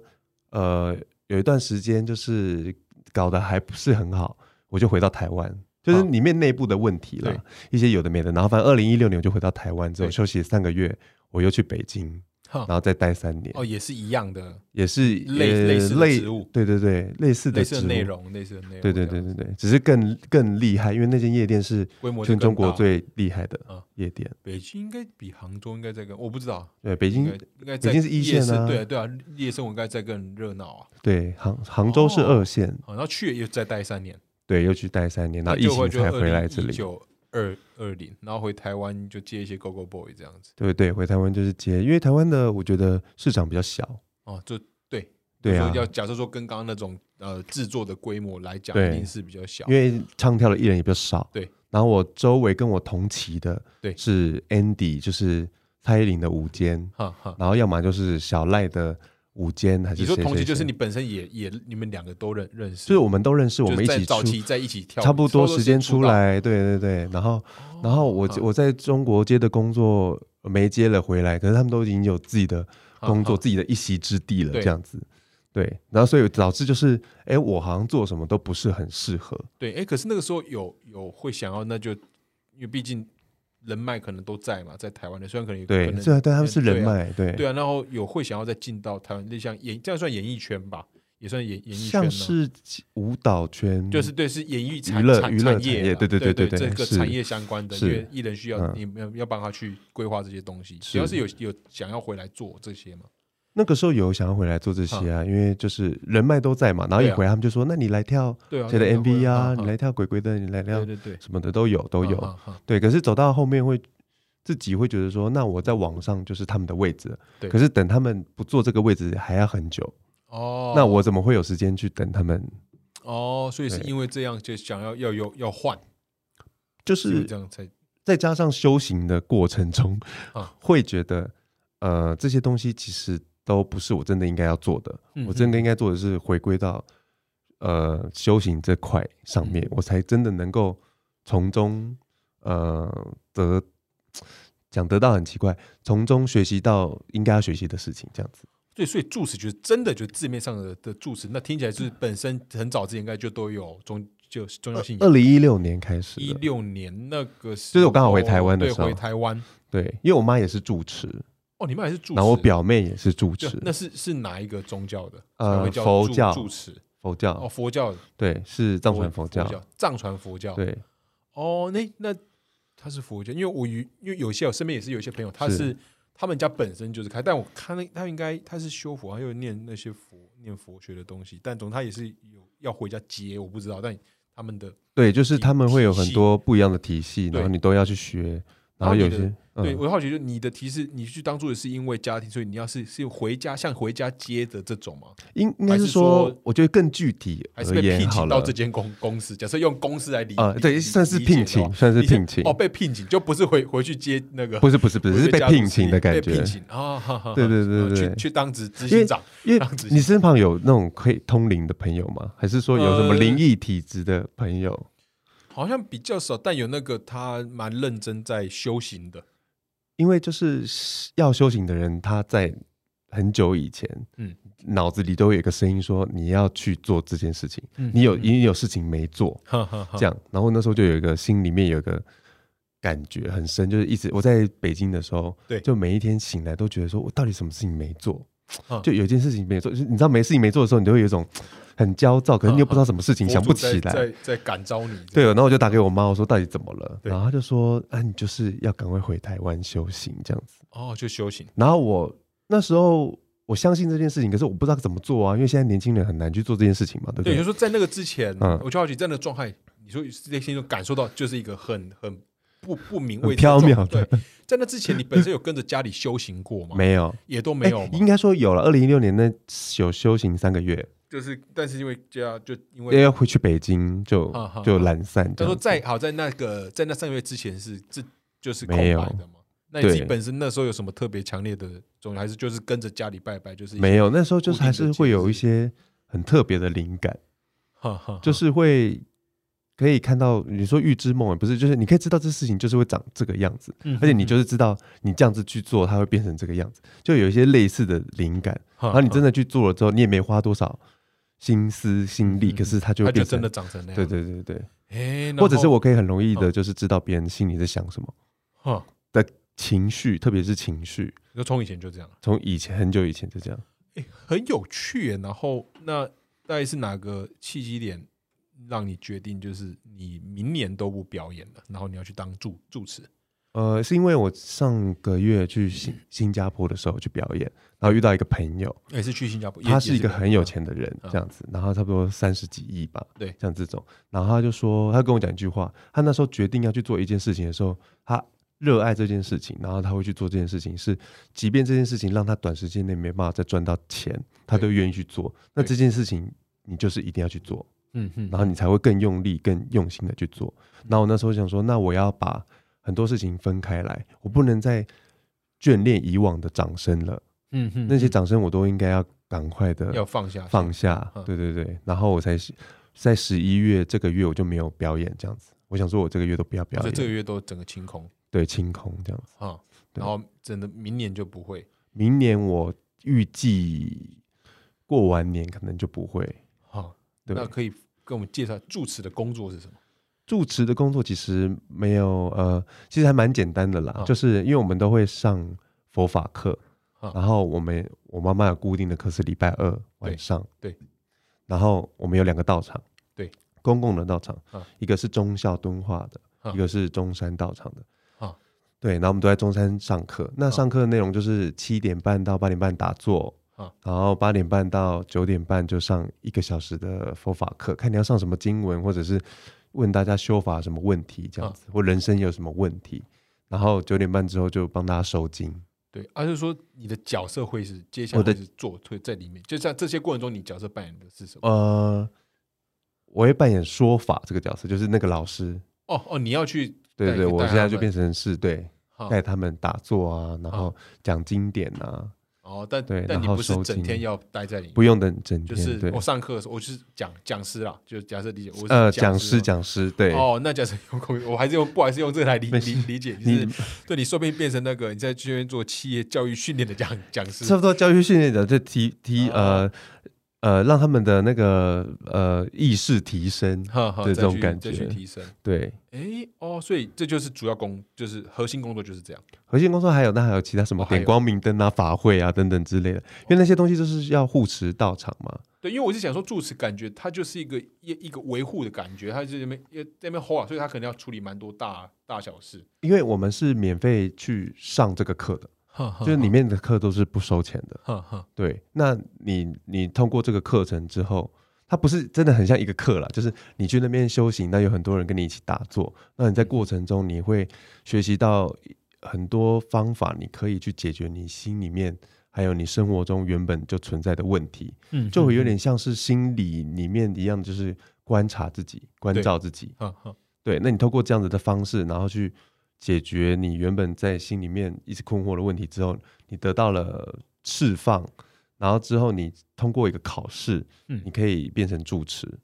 S2: 呃，有一段时间就是搞得还不是很好，我就回到台湾。就是
S1: 啊
S2: 里面内部的问题
S1: 对
S2: 啦，一些有的没的。然后反正二零一六年我就回到台湾之后
S1: 对
S2: 休息三个月，我又去北京，
S1: 哈
S2: 然，后再待三年。
S1: 哦，也是一样的，
S2: 也是
S1: 类
S2: 呃
S1: 类似的
S2: 类
S1: 植物
S2: 对对对，类似的
S1: 类似的
S2: 植物
S1: 内，容，类似的内容，
S2: 对对对，对对，只是更更厉害，因为那间夜店是
S1: 规模就
S2: 全
S1: 更
S2: 中国
S1: 大
S2: 最厉害的
S1: 啊
S2: 夜店。
S1: 北京应该比杭州应该在更，我不知道，
S2: 对，北
S1: 应
S2: 京
S1: 该应该在
S2: 北京是一线
S1: 夜
S2: 啊
S1: 生对对啊，夜生活应该再更热闹啊。
S2: 对杭杭州是
S1: 哦
S2: 二线，
S1: 好，然后去也再待三年，
S2: 对，又去待三年，然后疫
S1: 就会
S2: 情
S1: 就
S2: 才
S1: 二
S2: 回来这
S1: 零一
S2: 里。
S1: 九二二零，然后回台湾就接一些 Go Go Boy 这样子。
S2: 对对，回台湾就是接，因为台湾的我觉得市场比较小，
S1: 哦，就对，
S2: 对
S1: 说
S2: 啊，
S1: 要假设说跟刚刚那种呃制作的规模来讲，
S2: 对
S1: 一定是比较小
S2: 因。为唱跳的艺人也比较少。
S1: 对，
S2: 然后我周围跟我同期的，
S1: 对
S2: 是 Andy，就是蔡依林的午间，
S1: 哈哈，
S2: 然后要么就是小赖的午间，还
S1: 你
S2: 是
S1: 说
S2: 谁
S1: 同期
S2: 谁
S1: 就是
S2: 谁
S1: 你，本身也也你们两个都认认识，
S2: 就是我们都认识，我
S1: 就是
S2: 们一
S1: 在
S2: 起
S1: 早
S2: 出
S1: 期在一起跳舞，
S2: 差不多时间
S1: 出
S2: 出
S1: 道。
S2: 来，对对对，然后然后我
S1: 啊
S2: 我在中国接的工作没接了回来，可是他们都已经有自己的工作、
S1: 啊啊
S2: 自己的一席之地了，
S1: 对
S2: 这样子。对，然后所以导致就是，哎，我好像做什么都不是很适合，
S1: 对，哎、可是那个时候有有会想要，那就因为毕竟人脉可能都在嘛，在台湾的，虽然可能有
S2: 对
S1: 可，能
S2: 这但他们是
S1: 对啊
S2: 人脉，对，
S1: 对啊，然后有会想要再进到台湾，那像演这样算演艺圈吧，也算演演艺圈
S2: 像
S1: 呢。
S2: 是舞蹈圈，
S1: 就是对，是演艺产
S2: 娱乐
S1: 产
S2: 娱乐
S1: 产
S2: 产
S1: 业
S2: 业
S1: 啦，
S2: 对
S1: 对
S2: 对对对
S1: 这
S2: 对
S1: 个
S2: 是
S1: 产业相关的，因
S2: 是
S1: 为艺人需要
S2: 嗯
S1: 你们要要帮他去规划这些东西，只
S2: 是
S1: 要是有有想要回来做这些嘛，
S2: 那个时候有想要回来做这些啊，因为就是人脉都在嘛，然后
S1: 嗯对
S2: 一
S1: 啊
S2: 回来他们就说，那你来跳
S1: 对啊，
S2: 谁的
S1: 那个会
S2: MV 啊，
S1: 嗯
S2: 你
S1: 嗯
S2: 来跳鬼鬼的，你来跳
S1: 对对对
S2: 什么的都有都有，
S1: 嗯嗯嗯
S2: 对，可是走到后面会自己会觉得说，那我在网上就是他们的位置了，
S1: 对
S2: 可是等他们不做这个位置还要很久，
S1: 哦，
S2: 那我怎么会有时间去等他们？
S1: 哦，所以是
S2: 对
S1: 因为这样就想要要有要换，
S2: 就是
S1: 因为
S2: 是
S1: 这样才
S2: 再加上修行的过程中，
S1: 啊
S2: 会觉得呃这些东西其实都不是我真的应该要做的，
S1: 嗯
S2: 我真的应该做的是回归到呃修行这块上面，
S1: 嗯
S2: 我才真的能够从中呃得讲得到很奇怪，从中学习到应该要学习的事情，这样子。
S1: 对，所以住持就是真的就是字面上的的住持，那听起来就是本身很早之前应该就都有宗就宗教信
S2: 二
S1: 仰。
S2: 零一六年开始
S1: 一
S2: 的，
S1: 六年那个时候，
S2: 就是我刚好回台湾的时候
S1: 对，回台湾
S2: 对，因为我妈也是住持，
S1: 哦，你们还是住持，
S2: 然后我表妹也是住
S1: 对
S2: 持，
S1: 那是是哪一个宗教的？
S2: 呃
S1: 才会叫
S2: 佛
S1: 住
S2: 教
S1: 住持
S2: 佛教，
S1: 哦，佛教
S2: 对，是藏传佛教，
S1: 藏传佛教。
S2: 对。
S1: 哦，那那他是佛教，因为我与因为有些我身边也是有一些朋友，他是
S2: 是
S1: 他们家本身就是开，但我看那他应该他是修佛，他又念那些佛念佛学的东西，但总之他也是有要回家接，我不知道，但他们的
S2: 对，就是
S1: 体
S2: 他们会有
S1: 体
S2: 很
S1: 系
S2: 多不一样的体系，
S1: 对
S2: 然后你都要去学，
S1: 然后
S2: 然后
S1: 你
S2: 有
S1: 的
S2: 些
S1: 对，
S2: 嗯，
S1: 我好奇，就是你的提示，你去当初的是因为家庭，所以你要是是回家，像回家接的这种吗？
S2: 应应
S1: 还
S2: 该
S1: 是
S2: 是说
S1: 说，
S2: 我觉得更具体
S1: 还
S2: 而
S1: 是被
S2: 言
S1: 聘
S2: 好
S1: 请到
S2: 了
S1: 这，间公公司？假设用公司来理，
S2: 呃，对，
S1: 理
S2: 算是
S1: 理解的
S2: 聘
S1: 话
S2: 请，算是
S1: 你是
S2: 聘请
S1: 哦，，被聘请就不是回回去接那个，
S2: 不是不是不
S1: 回
S2: 是，
S1: 去
S2: 是被
S1: 家
S2: 聘
S1: 族
S2: 请的感
S1: 被聘
S2: 觉，
S1: 请啊，哈哈
S2: 对对对
S1: 呃
S2: 对
S1: 去去当执执
S2: 因
S1: 行
S2: 为
S1: 长，
S2: 因为
S1: 当执行
S2: 你身旁有那种可以通灵的朋友吗？还是说有什么
S1: 呃
S2: 灵异体质的朋友？
S1: 好像比较少，但有那个他蛮认真在修行的，
S2: 因为就是要修行的人，他在很久以前，
S1: 嗯
S2: 嗯，脑子里都有一个声音说你要去做这件事情，
S1: 嗯
S2: 你有你有事情没做，
S1: 哈哈哈
S2: 这样。然后那时候就有一个心里面有一个感觉很深，就是一直我在北京的时候，
S1: 对
S2: 就每一天醒来都觉得说我到底什么事情没做
S1: 嗯，
S2: 就有一件事情没做，就是你知道没事情没做的时候，你就会有一种很焦躁，可是你
S1: 嗯
S2: 又不知道什么事情，
S1: 佛
S2: 想不
S1: 祖在
S2: 起来。
S1: 在在感召你，这
S2: 对，
S1: 样，
S2: 然后我就打给我妈，我说到底怎么了？
S1: 对
S2: 然后她就说啊，你就是要赶快回台湾修行这样子。
S1: 哦，就修行，
S2: 然后我那时候我相信这件事情，可是我不知道怎么做啊，因为现在年轻人很难去做这件事情嘛，对不
S1: 对，
S2: 对
S1: 就？是说在那个之前
S2: 嗯，
S1: 我就好奇，在那个状态，你说内心中感受到就是一个很很不不明
S2: 很
S1: 未知
S2: 缥
S1: 状
S2: 缈的
S1: 对，在那之前，你本身有跟着家里修行过吗？，
S2: 没有，
S1: 也都
S2: 哎
S1: 没有
S2: 应
S1: 吗？
S2: 该说有了。二零一六年那有修行三个月，
S1: 就是，但是因为家就因为
S2: 因为回去北京就
S1: 啊哈
S2: 就懒散
S1: 他
S2: 这
S1: 说
S2: 样子。
S1: 在好在那个在那三个月之前是这就是空
S2: 没
S1: 白
S2: 有
S1: 的嘛？那你自己
S2: 对
S1: 本身那时候有什么特别强烈的种，还是就是跟着家里拜拜，就是一些
S2: 没有，那时候就是还
S1: 固定
S2: 是
S1: 的节
S2: 会有
S1: 日
S2: 一些很特别的灵感，
S1: 哈哈，
S2: 就
S1: 哈
S2: 是会可以看到你说预知梦也不是，就是你可以知道这事情就是会长这个样子，
S1: 嗯
S2: 而且你就是知道你这样子去做，它会变成这个样子，就有一些类似的灵感。
S1: 哈
S2: 然后你真
S1: 哈
S2: 的去做了之后，你也没花多少心思心力，
S1: 嗯
S2: 可是它就
S1: 它
S2: 会
S1: 就
S2: 变
S1: 真
S2: 成
S1: 的长成那样，
S2: 对对对对，
S1: 哎，然
S2: 或者是
S1: 后
S2: 我可以很容易的，
S1: 嗯
S2: 就是知道别人心里在想什么，
S1: 哈，
S2: 情绪，特别是情绪，
S1: 就从以前就这样，
S2: 从以前很久以前就这样。
S1: 哎，很有趣耶。然后那大概是哪个契机点让你决定，就是你明年都不表演了，然后你要去当住住持？
S2: 呃，是因为我上个月去新新加坡的时候去表演，然后遇到一个朋友，
S1: 也是去新加坡，也
S2: 他是一个
S1: 也
S2: 很有钱的人，
S1: 嗯
S2: 这样子，然后差不多三十几亿吧，
S1: 对
S2: 像这种，然后他就说，他跟我讲一句话，他那时候决定要去做一件事情的时候，他热爱这件事情，然后他会去做这件事情，是即便这件事情让他短时间内没办法再赚到钱，他都愿意去做。那
S1: 对
S2: 这件事情你就是一定要去做，
S1: 嗯嗯
S2: 然后你才会更用力、更用心的去做。那我那时候想说，那我要把很多事情分开来，我不能再眷恋以往的掌声了，
S1: 嗯嗯
S2: 那些掌声我都应该要赶快的
S1: 要放下
S2: 放下
S1: 嗯，
S2: 对对对，然后我才是在十一月这个月我就没有表演这样子，我想说我这个月都不要表
S1: 所以
S2: 演，
S1: 哦这个月都整个清空
S2: 对，清空这样子。
S1: 啊，
S2: 对
S1: 然后真的明年就不会
S2: 明年我预计过完年可能就不会，
S1: 啊。
S2: 对
S1: 那可以跟我们介绍住持的工作是什么？
S2: 住持的工作其实没有，呃，其实还蛮简单的啦，
S1: 啊
S2: 就是因为我们都会上佛法课，
S1: 啊
S2: 然后我们我妈妈有固定的课是礼拜二晚上，
S1: 对对
S2: 然后我们有两个道场，
S1: 对，
S2: 公共的道场，
S1: 啊
S2: 一个是忠孝敦化的，
S1: 啊
S2: 一个是中山道场的，
S1: 啊
S2: 对，然后我们都在中山上课，那上课的内容就是七点半到八点半打坐。
S1: 啊
S2: 然后八点半到九点半就上一个小时的佛法课，看你要上什么经文，或者是问大家修法有什么问题，这样子，
S1: 嗯
S2: 或人生有什么问题。然后九点半之后就帮大家收经，
S1: 对，而、是说你的角色会是接下来
S2: 我的
S1: 会是做会在里面，就像这些过程中，你角色扮演的是什么？
S2: 呃，我会扮演说法这个角色，就是那个老师。
S1: 哦哦，你要去
S2: 对对
S1: 带
S2: 对，
S1: 带
S2: 我
S1: 他
S2: 现在就
S1: 们
S2: 变成是对
S1: 啊
S2: 带他们打坐啊，然
S1: 嗯
S2: 后讲经典啊，
S1: 哦，但
S2: 对
S1: 但
S2: 然
S1: 你
S2: 后
S1: 不是
S2: 收
S1: 整
S2: 金
S1: 天要待在里面
S2: 不，用等整
S1: 就
S2: 天。
S1: 是
S2: 对
S1: 我，上课的时候，我就是讲讲师啦，就假设理解我
S2: 呃，
S1: 是
S2: 讲
S1: 师
S2: 师
S1: 嘛
S2: 讲师，对，
S1: 哦，那假设有空，我还是用不好意思用这个来理理理解，就是
S2: 你
S1: 对你说不定变成那个你在这边做企业教育训练的讲讲师
S2: 差不多教育训练者就提提
S1: 啊
S2: 呃呃，让他们的那个呃意识提升，
S1: 哈哈，
S2: 对
S1: 再
S2: 这种
S1: 去
S2: 感
S1: 再去
S2: 觉
S1: 提升。
S2: 对。
S1: 诶，哦，所以这就是主要工，就是核心工作就是这样。
S2: 核心工作还有那还有其他什么
S1: 哦还有
S2: 点光明灯啊、法会啊等等之类的，因为那些东西就是要护持道场嘛。
S1: 对，因为我是想说，住持感觉它就是一个一一个维护的感觉，它就是那边在那边 hold，所以它可能要处理蛮多大大小事。
S2: 因为我们是免费去上这个课的，
S1: 就
S2: 就是里，面的课都是不收钱的。
S1: 哈哈，
S2: 对，那你你通过这个课程之后，它不是真的很像一个课啦，就是你去那边修行，那有很多人跟你一起打坐，那你在过程中你会学习到很多方法，你可以去解决你心里面还有你生活中原本就存在的问题，
S1: 嗯
S2: 就会有，点像是心理里面一样，就是观察自己、关照自己。
S1: 哈哈，
S2: 对，那你透过这样子的方式，然后去解决你原本在心里面一直困惑的问题之后，你得到了释放，然后之后你通过一个考试，
S1: 嗯
S2: 你可以变成住持。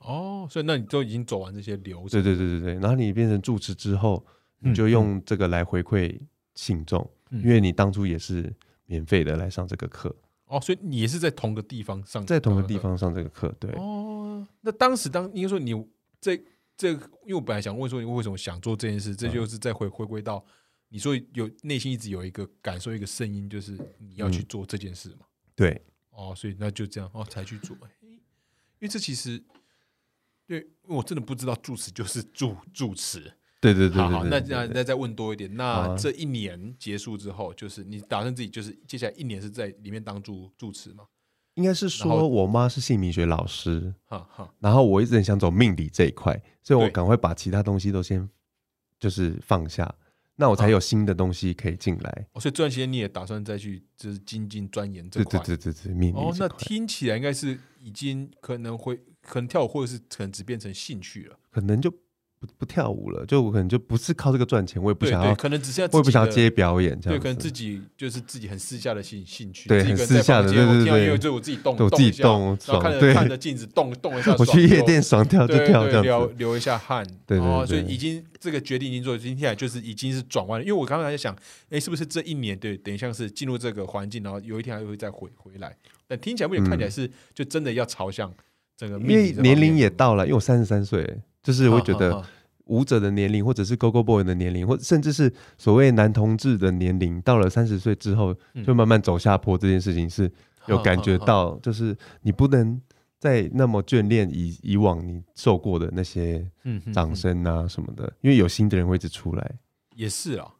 S1: 哦，所以那你都已经走完这些流程，
S2: 对对对对对，然后你变成住持之后，你就用这个来回馈信众，
S1: 嗯
S2: 因为你当初也是免费的来上这个课，
S1: 哦，所以你也是在同个地方上，
S2: 在同个地。方上这个课，对。
S1: 哦，那当时当应该说你这这，因为我本来想问说你为什么想做这件
S2: 嗯
S1: 事，这就是再回回归到你说有内心一直有一个感受一个声音，就是你要去
S2: 嗯
S1: 做这件事嘛。
S2: 对，
S1: 哦，所以那就这样哦才去 做，诶因为这其实对，因为我真的不知道住持就是住住持。
S2: 对对对对
S1: 好好，
S2: 对
S1: 那
S2: 对
S1: 那
S2: 对
S1: 那再问多一点，
S2: 好
S1: 那
S2: 啊
S1: 这一年结束之后，就是你打算自己就是接下来一年是在里面当住住持吗？
S2: 应该是
S1: 然后
S2: 说我妈是姓名学老师，
S1: 哈哈，
S2: 然后我一直很想走命理这一块，所以我
S1: 对
S2: 赶快把其他东西都先就是放下，那
S1: 啊
S2: 我才有新的东西可以进来。
S1: 哦，所以这段时间你也打算再去就是精进钻研这
S2: 对
S1: 块。
S2: 对对对对，命理
S1: 哦，
S2: 这
S1: 那
S2: 块、
S1: 听起来应该是已经可能会可能跳舞，或者是可能只变成兴趣了。
S2: 可能就不不跳舞了，就我可能就不是靠这个赚钱，我也不
S1: 对
S2: 想要，
S1: 对，可能只是要
S2: 我也不想要
S1: 自己的
S2: 接表演这
S1: 对，
S2: 样
S1: 可能
S2: 子
S1: 自。己就是自己很私下的兴兴趣，
S2: 对
S1: 自己一
S2: 很
S1: 个人在
S2: 私下的
S1: 房间
S2: 对
S1: 我
S2: 对
S1: 听到音
S2: 对
S1: 乐就我自己动，
S2: 对我自己
S1: 一下
S2: 动
S1: 然后
S2: 爽
S1: 看着
S2: 对
S1: 看着镜子动动一下，
S2: 我
S1: 爽
S2: 去夜
S1: 就
S2: 店爽跳就
S1: 对
S2: 跳这
S1: 对，
S2: 样
S1: 流
S2: 子，
S1: 流一下汗，
S2: 对对
S1: 哦，
S2: 对
S1: 所以
S2: 对
S1: 已经这个决定已经做，今天来就是已经是转弯了。因为我刚才在想，哎，是不是这一年对，等于像是进入这个环境，然后有一天还会再回回来？但听起来目前看起来是就真的要朝向整个
S2: 因
S1: 命理
S2: 为
S1: 这方
S2: 年龄
S1: 面
S2: 也到了，因为我三十三岁，就是我会觉
S1: 哈
S2: 得
S1: 哈哈
S2: 舞者的年龄，或者是 Go Go Boy 的年龄，或甚至是所谓男同志的年龄，到了三十岁之后
S1: 嗯，
S2: 就慢慢走下坡，这件事情是有感觉
S1: 哈哈哈
S2: 到，就是你不能再那么眷恋以以往你受过的那些
S1: 嗯嗯嗯
S2: 掌声啊什么的，因为有新的人会一直出来。
S1: 也是啊，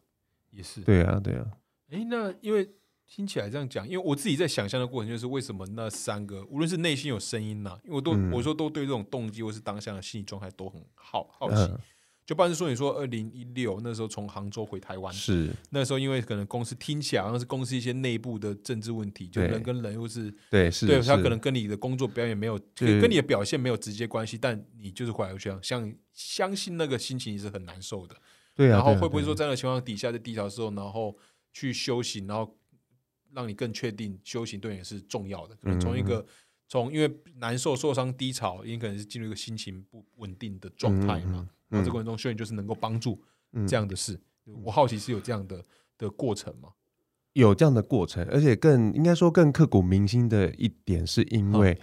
S1: 也是。
S2: 对啊，对啊，
S1: 哎，那因为听起来这样讲，因为我自己在想象的过程，就是为什么那三个，无论是内心有声音呐、因为我都、
S2: 嗯
S1: 我说都对这种动机或是当下的心理状态都很好好奇。
S2: 嗯，
S1: 就不然是说，你说二零一六那时候从杭州回台湾，
S2: 是，
S1: 那时候因为可能公司听起来好像是公司一些内部的政治问题，就
S2: 对
S1: 人跟人又是
S2: 对，是，
S1: 对他
S2: 是
S1: 可能跟你的工作表演没有，
S2: 对
S1: 跟你的表现没有直接关系，但你就是回来有像像相信那个心情是很难受的。
S2: 对啊，
S1: 然后
S2: 对啊
S1: 会不会
S2: 对啊
S1: 说在那个情况底下，在低潮的时候，然后去修行，然后让你更确定修行对你也是重要的？可能
S2: 嗯
S1: 从一个从因为难受、受伤、低潮，也可能是进入一个心情不稳定的状态
S2: 嗯
S1: 嘛。然后这过程中修行就是能够帮助这样的事。我好奇是有这样的的过程吗？
S2: 有这样的过程，而且更应该说更刻骨铭心的一点，是因为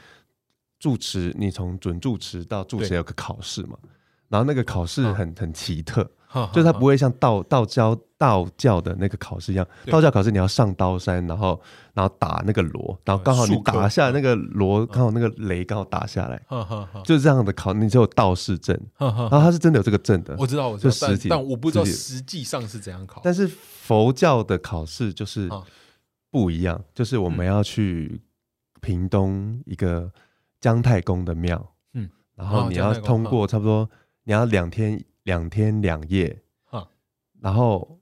S2: 住持，你从准住持到住持
S1: 嗯对
S2: 有个考试嘛，然后那个考试
S1: 嗯
S2: 很很奇特，
S1: 就
S2: 就是它不会像道道教道教的那个考试一样，
S1: 对
S2: 道教考试你要上刀山，然后然后打那个锣，然后刚好你
S1: 竖
S2: 打
S1: 刻
S2: 下那个
S1: 嗯
S2: 锣，刚好那个雷刚好打下来，
S1: 哈哈哈
S2: 就是这样的考，你只有道士证，
S1: 哈哈
S2: 然后他是真的有这个证的
S1: 我，知道，我知道
S2: 就，
S1: 但
S2: 实体
S1: 但我不知道
S2: 实体
S1: 实际上是怎样考。
S2: 但是佛教的考试就是
S1: 啊
S2: 不一样，就是我
S1: 嗯
S2: 们要去屏东一个姜太公的庙，
S1: 嗯，
S2: 然
S1: 哦
S2: 后你要
S1: 姜太公
S2: 通过差不多你要两天两天两夜
S1: 啊，
S2: 然后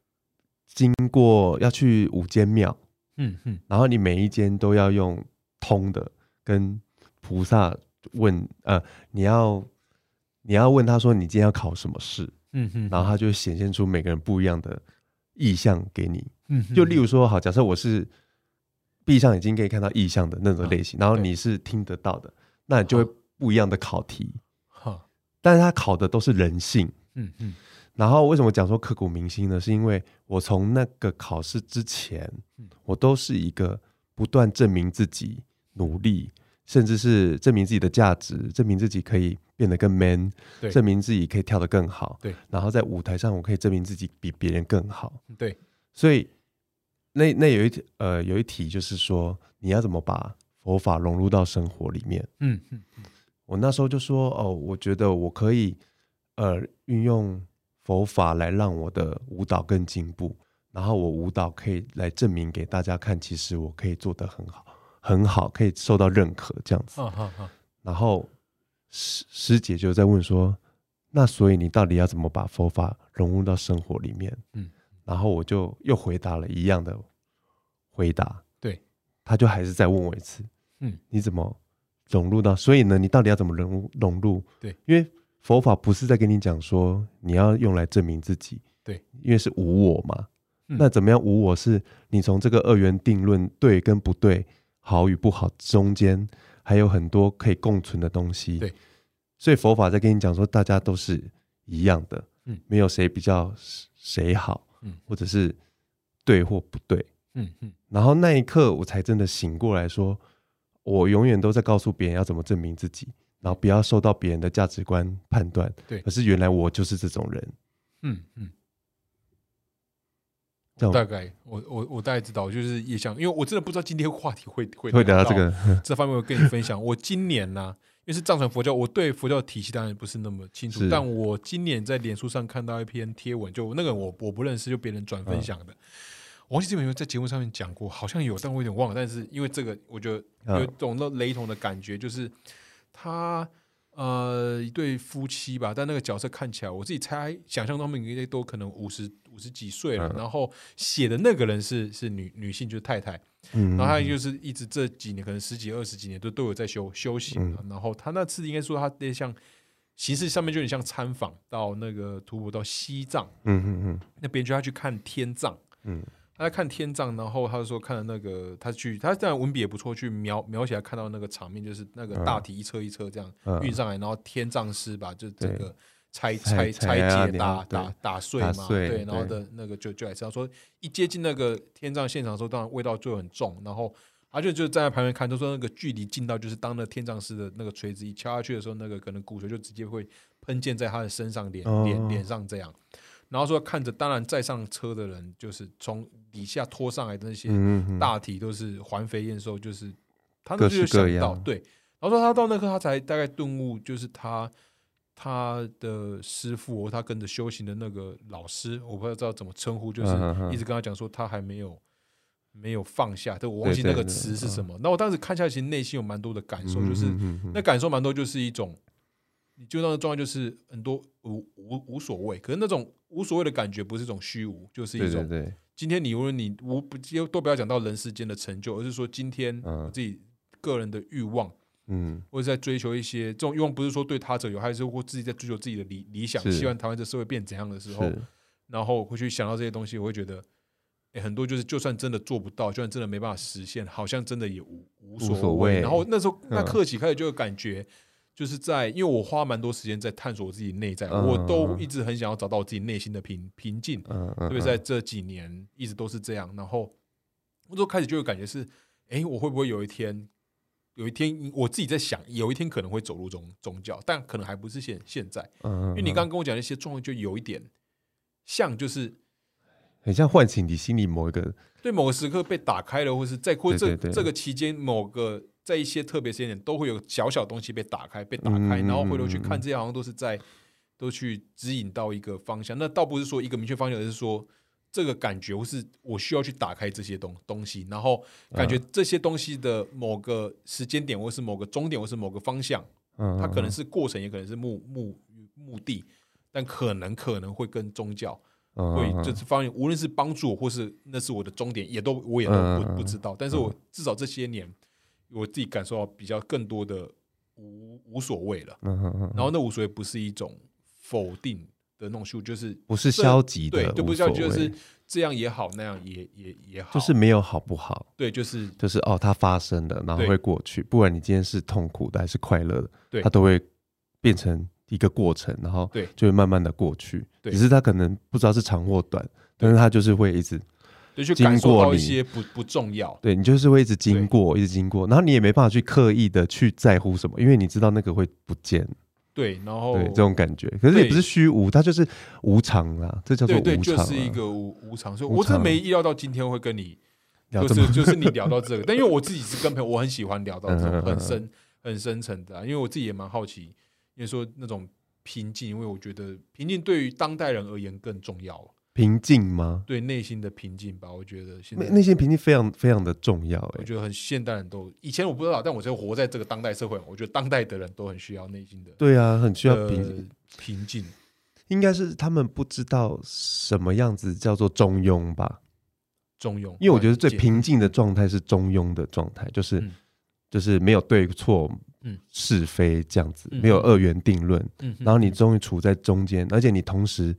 S2: 经过要去五间庙，
S1: 嗯嗯，
S2: 然后你每一间都要用通的跟菩萨问，呃，你要你要问他说你今天要考什么试，
S1: 嗯嗯，
S2: 然后他就显现出每个人不一样的意象给你。
S1: 嗯
S2: 就例如说，好，假设我是闭上眼睛可以看到意象的那种类型，然后
S1: 嗯对嗯
S2: 你是听得到的，那你就会不一样的考题。
S1: 哈，
S2: 但是它考的都是人性。
S1: 嗯嗯
S2: 然后为什么讲说刻骨铭心呢？是因为我从那个考试之前
S1: 嗯，
S2: 我都是一个不断证明自己、努力，甚至是证明自己的价值，证明自己可以变得更 man，
S1: 对
S2: 证明自己可以跳得更好。
S1: 对，
S2: 然后在舞台上我可以证明自己比别人更好。
S1: 对，
S2: 所以那那有一题呃有一题就是说你要怎么把佛法融入到生活里面。
S1: 嗯嗯
S2: 我那时候就说哦，我觉得我可以呃运用佛法来让我的舞蹈更进步，然后我舞蹈可以来证明给大家看，其实我可以做得很好，很好，可以受到认可这样子。
S1: 哈哈哈。
S2: 然后师师姐就在问说，那所以你到底要怎么把佛法融入到生活里面？
S1: 嗯，
S2: 然后我就又回答了一样的回答，
S1: 对，
S2: 他就还是再问我一次，
S1: 嗯，
S2: 你怎么融入到？所以呢，你到底要怎么融入融入？
S1: 对，
S2: 因为佛法不是在跟你讲说你要用来证明自己，
S1: 对，
S2: 因为是无我嘛。
S1: 嗯
S2: 那怎么样无我是你从这个二元定论对跟不对、好与不好中间还有很多可以共存的东西。
S1: 对，
S2: 所以佛法在跟你讲说，大家都是一样的，
S1: 嗯
S2: 没有谁比较谁好，
S1: 嗯
S2: 或者是对或不对。
S1: 嗯嗯
S2: 然后那一刻，我才真的醒过来说，我永远都在告诉别人要怎么证明自己，然后不要受到别人的价值观判断。
S1: 对
S2: 可是原来我就是这种人，
S1: 嗯嗯，
S2: 这
S1: 大
S2: 样
S1: 概我我我大概知道，就是也想，因为我真的不知道今天话题会会
S2: 会聊
S1: 聊
S2: 到这个，
S1: 这方面，我跟你分享。我今年呢、 因为是藏传佛教，我对佛教体系当然不是那么清楚
S2: 是，
S1: 但我今年在脸书上看到一篇贴文，就那个我我不认识，就别人转分享
S2: 嗯
S1: 的。我忘记这本有没有在节目上面讲过，好像有，但我有点忘了。但是因为这个，我觉得有
S2: 嗯
S1: 种那雷同的感觉，就是他呃一对夫妻吧，但那个角色看起来，我自己猜想象他们应该都可能五十五十几岁了。
S2: 嗯
S1: 然后写的那个人是是女女性，就是太太。
S2: 嗯，
S1: 然后他就是一直这几年，可能十几二十几年都都有在修修行、啊。然后他那次应该说他那像形式上面就有点像参访到那个吐蕃到西藏
S2: 嗯嗯嗯
S1: 那边，就他去看天葬，
S2: 嗯，
S1: 他在看天葬，然后他就说看了那个他去他当然文笔也不错，去描描写他看到那个场面，就是那个大体一车一车这样、
S2: 嗯
S1: 运上来，然后天葬师把就这
S2: 对
S1: 个。拆拆
S2: 拆
S1: 拆
S2: 拆啊
S1: 解
S2: 然
S1: 打
S2: 后对
S1: 打打碎
S2: 打
S1: 嘛，
S2: 碎
S1: 对，然后
S2: 对
S1: 的那个就就来吃。他说一接近那个天葬现场的时候，当然味道就很重，然后他就就站在旁边看，就说那个距离近到就是当那天葬师的那个锤子一敲下去的时候，那个可能骨髓就直接会喷溅在他的身上、脸
S2: 哦
S1: 脸脸上这样。然后说看着，当然再上车的人就是从底下拖上来的那些
S2: 嗯嗯，
S1: 大体都是环肥燕瘦，就是他那时候
S2: 各式
S1: 就
S2: 各
S1: 想到
S2: 样
S1: 对，然后说他到那刻他才大概顿悟，就是他他的师傅或他跟着修行的那个老师，我不知道怎么称呼，就是
S2: 嗯哼哼
S1: 一直跟他讲说他还没有没有放下，但我忘
S2: 对
S1: 记
S2: 对
S1: 那个
S2: 对
S1: 词是
S2: 嗯
S1: 什么。那我当时看下来，其实内心有蛮多的感受，就是
S2: 嗯嗯嗯
S1: 那感受蛮多，就是一种你就那个状态，就是很多无无无所谓，可是那种无所谓的感觉不是一种虚无，就是一
S2: 对对
S1: 种
S2: 对，
S1: 今天你无论你无不都不要讲到人世间的成就，而是说今天
S2: 嗯
S1: 我自己个人的欲望。
S2: 嗯，
S1: 或者在追求一些这种欲望，不是说对他者有害，是或自己在追求自己的理理想，
S2: 是
S1: 希望台湾这社会变怎样的时候，
S2: 是，
S1: 然后会去想到这些东西，我会觉得，诶很多就是就算真的做不到，就算真的没办法实现，好像真的也无无所
S2: 无所谓
S1: 然后那时候那
S2: 嗯
S1: 课起开始就有感觉，就是在因为我花蛮多时间在探索我自己内在，
S2: 嗯
S1: 我都一直很想要找到我自己内心的平平静，
S2: 嗯嗯，
S1: 特别
S2: 嗯
S1: 在这几年一直都是这样。然后我就开始就有感觉是，诶，我会不会有一天，有一天我自己在想，有一天可能会走入宗宗教，但可能还不是现现在，
S2: 嗯，
S1: 因为你刚刚跟我讲那些状况，就有一点像就是。
S2: 很像唤醒你心里某一个，
S1: 对某个时刻被打开了，或是在或
S2: 对
S1: 这
S2: 对对
S1: 这个期间某个在一些特别时间点，都会有小小东西被打开，被打
S2: 嗯
S1: 开，然后回头
S2: 嗯
S1: 去
S2: 嗯
S1: 看，这些好像都是在都去指引到一个方向。那倒不是说一个明确方向，而是说这个感觉，或是我需要去打开这些东东西，然后感觉
S2: 嗯
S1: 这些东西的某个时间点，或是某个终点，或是某个方向，
S2: 嗯，
S1: 它可能
S2: 嗯
S1: 是过程，也可能是目目目的，但可能可能会跟宗教。
S2: 嗯
S1: 会
S2: 嗯
S1: 这次方面，无论是帮助我或是那是我的终点，也都我也都
S2: 嗯
S1: 不
S2: 嗯
S1: 不知道。但是我至少这些年，我自己感受到比较更多的无无所谓了。
S2: 嗯嗯嗯，
S1: 然后那无所谓不是一种否定的那种羞，就是
S2: 不是消极
S1: 对
S2: 的，，
S1: 就不
S2: 无
S1: 叫
S2: 所
S1: 就是
S2: 谓
S1: 这样也好，那样也也也好，
S2: 就是没有好不好，
S1: 对，就是
S2: 就是哦，它发生了，然后
S1: 对
S2: 会过去。不管你今天是痛苦的还是快乐的，
S1: 对
S2: 它都会变成一个过程，然后
S1: 对
S2: 就会慢慢的过去。
S1: 对
S2: 只是它可能不知道是长或短，但是它就是会一直
S1: 就去
S2: 经
S1: 感受
S2: 过
S1: 到一
S2: 你
S1: 些不不重要，
S2: 对你就是会一直
S1: 对
S2: 经过，一直经过，然后你也没办法去刻意的去在乎什么，因为你知道那个会不见，
S1: 对，然后
S2: 对这种感觉。可是也
S1: 哦对
S2: 不是虚无，它就是无常啦，这叫做
S1: 对
S2: 无常
S1: 对，
S2: 啊啦。
S1: 就是一个无无常，所以
S2: 无
S1: 我真的
S2: 常
S1: 没意料到今天会跟你
S2: 聊
S1: 就
S2: 这么
S1: 是 就是你聊到这个，但因为我自己是跟朋友，我很喜欢聊到这种
S2: 嗯嗯嗯
S1: 很深很深层的啊、因为我自己也蛮好奇，因为说那种平静，因为我觉得平静对于当代人而言更重要，
S2: 平静吗？
S1: 对内心的平静吧，我觉得现
S2: 内
S1: 在
S2: 内心平静非常非常的重要、
S1: 我
S2: 欸，
S1: 觉得很现代人都，以前我不知道，但我觉得活在这个当代社会，我觉得当代的人都很需要内心的
S2: 对啊，很需要平静。
S1: 呃平静，
S2: 应该是他们不知道什么样子叫做中庸吧，
S1: 中庸，
S2: 因为我觉得最
S1: 简
S2: 平静的状态是中庸的状态，就是、
S1: 嗯
S2: 就是没有对错、
S1: 嗯
S2: 是非这样子，
S1: 嗯
S2: 没有二元定论，
S1: 嗯哼
S2: 然后你终于处在中间，而且你同时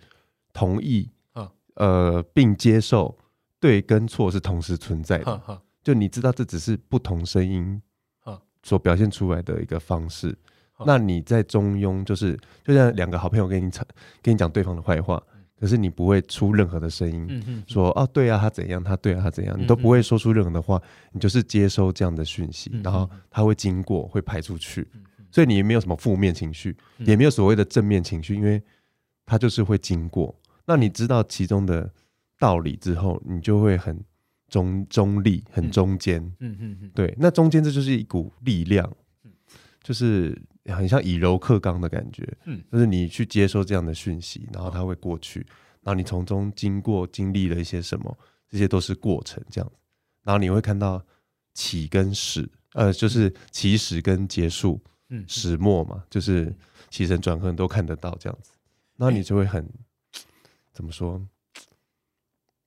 S2: 同意，
S1: 啊
S2: 呃，并接受对跟错是同时存在
S1: 哈
S2: 的，
S1: 哈，
S2: 就你知道这只是不同声音
S1: 啊
S2: 所表现出来的一个方式
S1: 啊。
S2: 那你在中庸，就是就像两个好朋友跟你吵，跟你讲对方的坏话，可是你不会出任何的声音，
S1: 嗯哼，
S2: 说哦对啊他怎样，他对啊他怎样，
S1: 嗯
S2: 你都不会说出任何的话，你就是接收这样的讯息
S1: 嗯，
S2: 然后它会经过，会排出去
S1: 嗯嗯，
S2: 所以你也没有什么负面情绪，
S1: 嗯
S2: 也没有所谓的正面情绪，因为它就是会经过。那你知道其中的道理之后，你就会很中中立，很
S1: 嗯
S2: 中间。
S1: 嗯哼哼，
S2: 对，那中间这就是一股力量
S1: 嗯，
S2: 就是很像以柔克刚的感觉。
S1: 嗯哦
S2: 就是你去接收这样的讯息，然后它会过去，然后你从中经过经历了一些什么，这些都是过程这样子。然后你会看到起跟始，呃，就是起始跟结束，
S1: 嗯，
S2: 始末嘛，就是起承转合你都看得到这样子。然
S1: 哎
S2: 后你就会很怎么说，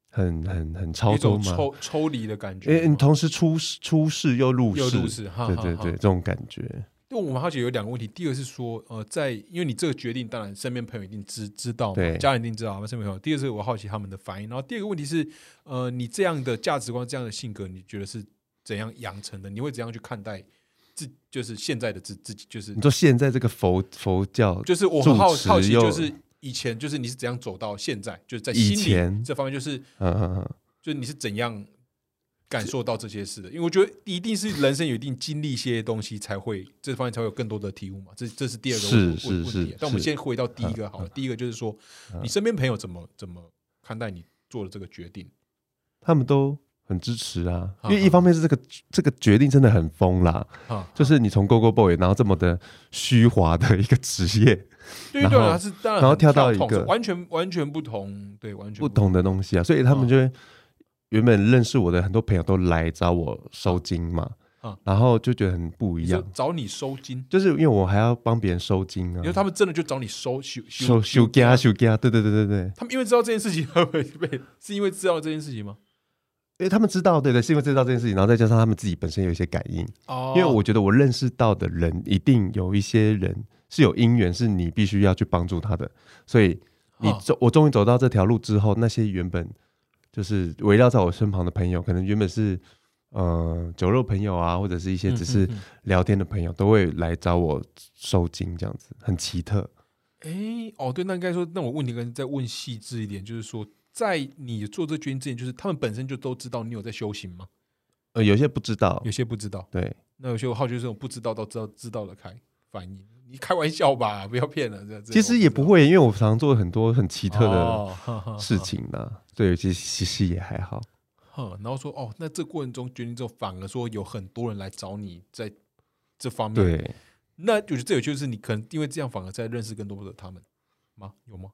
S2: 很很很超
S1: 一
S2: 脱
S1: 种
S2: 吗？
S1: 抽抽离的感觉
S2: 诶、你
S1: 吗，
S2: 同时出世出世又入
S1: 又
S2: 世，
S1: 入世，哈
S2: 对
S1: 哈
S2: 对
S1: 哈
S2: 对，这种感觉，
S1: 对我们好奇有两个问题，第一个是说，呃，在因为你这个决定，当然身边朋友一定知知道嘛，
S2: 对
S1: 家人一定知道嘛，身边朋友。第二个是我好奇他们的反应，然后第二个问题是，呃，你这样的价值观、这样的性格，你觉得是怎样养成的？你会怎样去看待自，就是现在的自自己？就是
S2: 你说现在这个佛佛教，
S1: 就是我很好
S2: 嗯住持
S1: 好奇，
S2: 又
S1: 就是以前就是你是怎样走到现在，就是在
S2: 以
S1: 心理
S2: 前
S1: 这方面，就是
S2: 嗯嗯嗯，
S1: 就是你是怎样感受到这些事的？因为我觉得一定是人生有一定经历一些东西，才会这方面才会有更多的体悟嘛。这这是第二个
S2: 是
S1: 问
S2: 是
S1: 问问题啊
S2: 是。
S1: 但我们
S2: 是嗯
S1: 先回到第一个好了。第一个就是
S2: 嗯
S1: 说，你身边朋友怎么怎么看待你做的这个决定？
S2: 他们都很支持啊，
S1: 啊
S2: 因为一方面是这个这个决定真的很疯啦，
S1: 啊，
S2: 就是你从 Go Go Boy，然后这么的虚华的一个职业，
S1: 对
S2: 然
S1: 对
S2: 后
S1: 啊，是当然很痛，
S2: 然后跳到一个
S1: 是完全完全不同，对，完全
S2: 不同的东西啊，所以他们就会原本认识我的很多朋友都来找我收金嘛
S1: 啊，
S2: 然后就觉得很不
S1: 不
S2: 一
S1: 一样。你，
S2: 样
S1: 说找你收金，
S2: 就是因为我还要帮别人收金啊
S1: 因为，他们真的就找你收修
S2: 收收家收家，对对对对对，因
S1: 他们因为知道这件事情，他们被是因为知道这件事情吗？
S2: 为他们知道，对对，是因为知道这件事情，然后再加上他们自己本身有一些感应，
S1: 哦
S2: 因为我觉得我认识到的人，一定有一些人是有因缘，是你必须要去帮助他的。所以你
S1: 啊
S2: 走，我终于走到这条路之后，那些原本就是围绕在我身旁的朋友，可能原本是呃酒肉朋友啊，或者是一些只是
S1: 嗯
S2: 聊天的朋友，都会来找我收金，这样子很奇特。
S1: 哎、哦，对，那应该说，那我问你，跟再问细致一点，就是说，在你做这决定之前，就是他们本身就都知道你有在修行吗？
S2: 呃，有些不知道
S1: 有，些不知道，
S2: 对，
S1: 那有些我好奇就是这种不知道到知道知道的开反应，你开玩笑吧，不要骗了，这这
S2: 其实也不会，因为我常做很多很奇
S1: 奇
S2: 特的
S1: 哦、哈 哈
S2: 事情呢、对，其实其实也还好。
S1: 哈然后说哦，那这过程中决定之后，反而说有很多人来找你在这方面，，
S2: 对，
S1: 那我觉得这有趣就是你可能因为这样反而在认识更多的他们吗？有吗？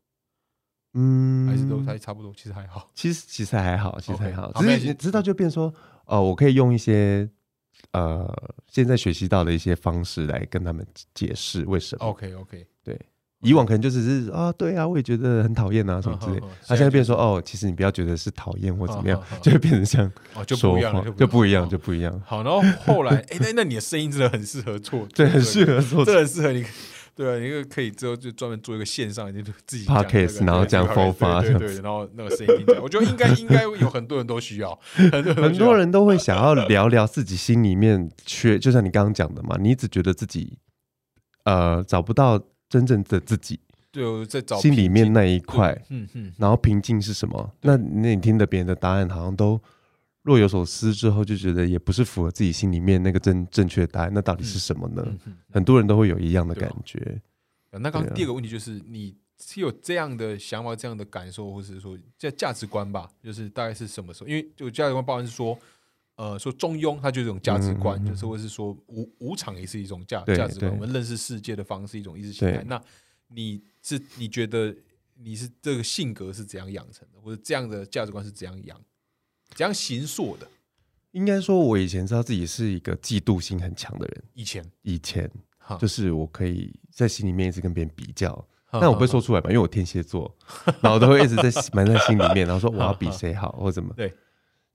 S2: 嗯，
S1: 还是都还差不多，其实还好。
S2: 其实其实还好，其实还好
S1: OK，好没
S2: 只
S1: 关
S2: 是
S1: 系
S2: 你知道就变说，呃，我可以用一些呃现在学习到的一些方式来跟他们解释为什么。
S1: OK OK，
S2: 以
S1: 嗯
S2: 往可能就只是啊，对啊，我也觉得很讨厌啊什么之类的。他、现在变说哦，其实你不要觉得是讨厌或怎么
S1: 嗯
S2: 样，就会变成像
S1: 哦，就
S2: 说
S1: 不一样
S2: 话
S1: 了，
S2: 就不一
S1: 了哦
S2: 样，就不一样，
S1: 好，然后后来，哎、那那你的声音真的很适合 做，
S2: 对，很适，合做
S1: 真的很适合你。对啊，你可可以之后就专门做一个线上，就自己讲那个
S2: Podcast，然后讲
S1: 对
S2: 佛法
S1: 对对对，然后那个声音听起来，我觉得应 该应该有很多人都需要，很 多人都需要
S2: 很多人都会想 要聊聊自己心里面缺，就像你刚刚讲的嘛，你一直觉得自己呃找不到真正的自己，
S1: 对我在找
S2: 心里
S1: 平
S2: 面
S1: 静
S2: 那一块，，
S1: 对嗯嗯，
S2: 然后平静是什么？那那你听的别人的答案，好像都若有所思之后，就觉得也不是符合自己心里面那个正正确的答案。那到底是什么呢？
S1: 嗯嗯
S2: 很多人都会有一样的
S1: 对啊
S2: 感觉。
S1: 那刚刚
S2: 对啊
S1: 第二个问题就是，你是有这样的想法、这样的感受，或是说价价值观吧？就是大概是什么时候？因为就价值观包含是说，呃，说中庸，它就是一种价值观，
S2: 嗯嗯嗯
S1: 就是或是说无无常也是一种价
S2: 对
S1: 价值观，
S2: 对
S1: 我们认识世界的方式，一种意识形态。
S2: 对
S1: 那你是你觉得你是这个性格是怎样养成的，或者这样的价值观是怎样养、怎样形塑的？
S2: 应该说，我以前知道自己是一个嫉妒心很强的人。
S1: 以前，
S2: 以前
S1: 哈
S2: 就是我可以在心里面一直跟别人比较，
S1: 哈
S2: 但我不会
S1: 哈
S2: 说出来嘛，因为我天蝎座，然后我都会一直在埋在心里面，然后说我要 比
S1: 哈哈
S2: 谁好或怎么。
S1: 对，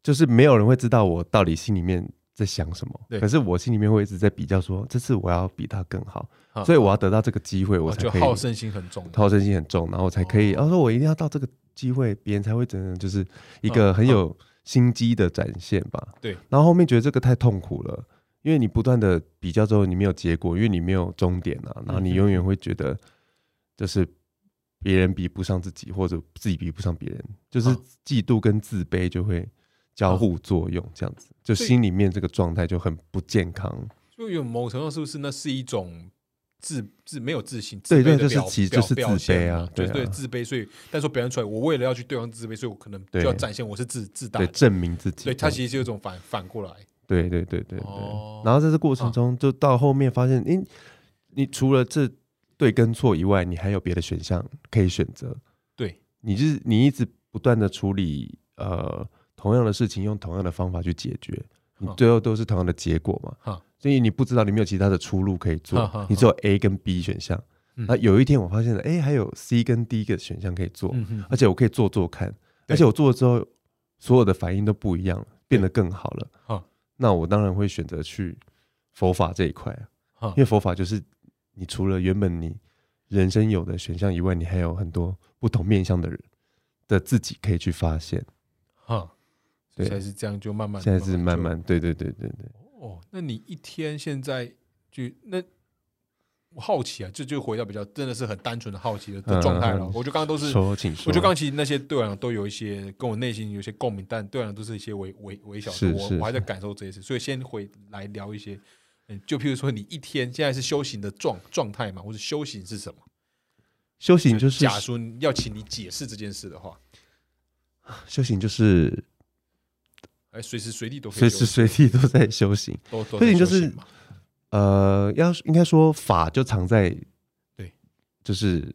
S2: 就是没有人会知道我到底心里面在想什么。
S1: 对
S2: 可是我心里面会一直在比较说，这次我要比他更好，
S1: 哈
S2: 所以我要得到这个机会，
S1: 嗯
S2: 我
S1: 哦
S2: 才
S1: 就
S2: 可以。
S1: 好胜心很重，
S2: 好胜心很重，然后我才可以。
S1: 哦
S2: 然后说我一定要到这个机会，别人才会怎样，就是一个很有心机的展现吧。
S1: 嗯对。
S2: 然后后面觉得这个太痛苦了，因为你不断的比较之后，你没有结果，因为你没有终点啊，然后
S1: 嗯
S2: 你
S1: 哼
S2: 永远会觉得就是别人比不上自己，或者自己比不上别人，就是
S1: 嗯
S2: 嫉妒跟自卑就会交互作用，这样子，就
S1: 所以
S2: 心里面这个状态就很不健康。
S1: 就有某程度是不是那是一种自自没有自信，自
S2: 对
S1: 卑的
S2: 对就是
S1: 表
S2: 其实
S1: 表
S2: 就是自
S1: 表现
S2: 卑啊
S1: 嘛
S2: 对
S1: 就
S2: 啊
S1: 是对自卑，所以但说表现出来，我为了要去对方自卑，所以我可能就
S2: 对
S1: 要展现我是自自大
S2: 对，
S1: 的，
S2: 证明自己这
S1: 对
S2: 样子。
S1: 他其实就有一种反反过来，
S2: 对对对对对。
S1: 哦
S2: 然后在这过程中，就到后面发现，诶，你除了这对跟错以外，你还有别的选项可以选择。
S1: 对，
S2: 你就是你一直不断的处理呃同样的事情，用同样的方法去解决，你
S1: 嗯
S2: 最后都是同样的结果嘛
S1: 嗯。
S2: 所以你不知道你没有其他的出路可
S1: 嗯
S2: 以
S1: 嗯
S2: 做
S1: 嗯，
S2: 你只有 A 跟 B 选项。
S1: 嗯
S2: 那有一天我发现了，诶，还有 C 跟 D 个选项可以做，
S1: 嗯哼，
S2: 而且我可以做做看，
S1: 对
S2: 而且我做了之后，所有的反应都不一样了，变得更好了。
S1: 好
S2: 那我当然会选择去佛法这一块啊，
S1: 好
S2: 因为佛法就是你除了原本你人生有的选项以外，你还有很多不同面向的人的自己可以去发现。
S1: 哈，
S2: 对
S1: 现在是这样，就慢慢
S2: 现在是慢
S1: 就
S2: 慢，对对对对对，
S1: 哦，那你一天现在就那我好奇啊，这就回到比较真的是很单纯的好奇的的状态了
S2: 嗯嗯嗯。
S1: 我就刚刚都是
S2: 说请说，
S1: 我觉得刚刚其实那些对我来讲都有一些跟我内心有一些共鸣，但对我来讲都是一些微微微小
S2: 是
S1: 的，我
S2: 是
S1: 我还在感受这些事，所以先回来聊一些，嗯，就譬如说你一天现在是修行的状状态嘛，或者修行是什么？
S2: 修行就是
S1: 假如要请你解释这件事的话，
S2: 修行就是
S1: 哎，随时随地都可以
S2: 随
S1: 修
S2: 时随地都在修行。
S1: 都都
S2: 最近
S1: 在
S2: 就
S1: 修
S2: 是
S1: 行嘛
S2: 呃，要是应该说法就藏在
S1: 对，
S2: 就是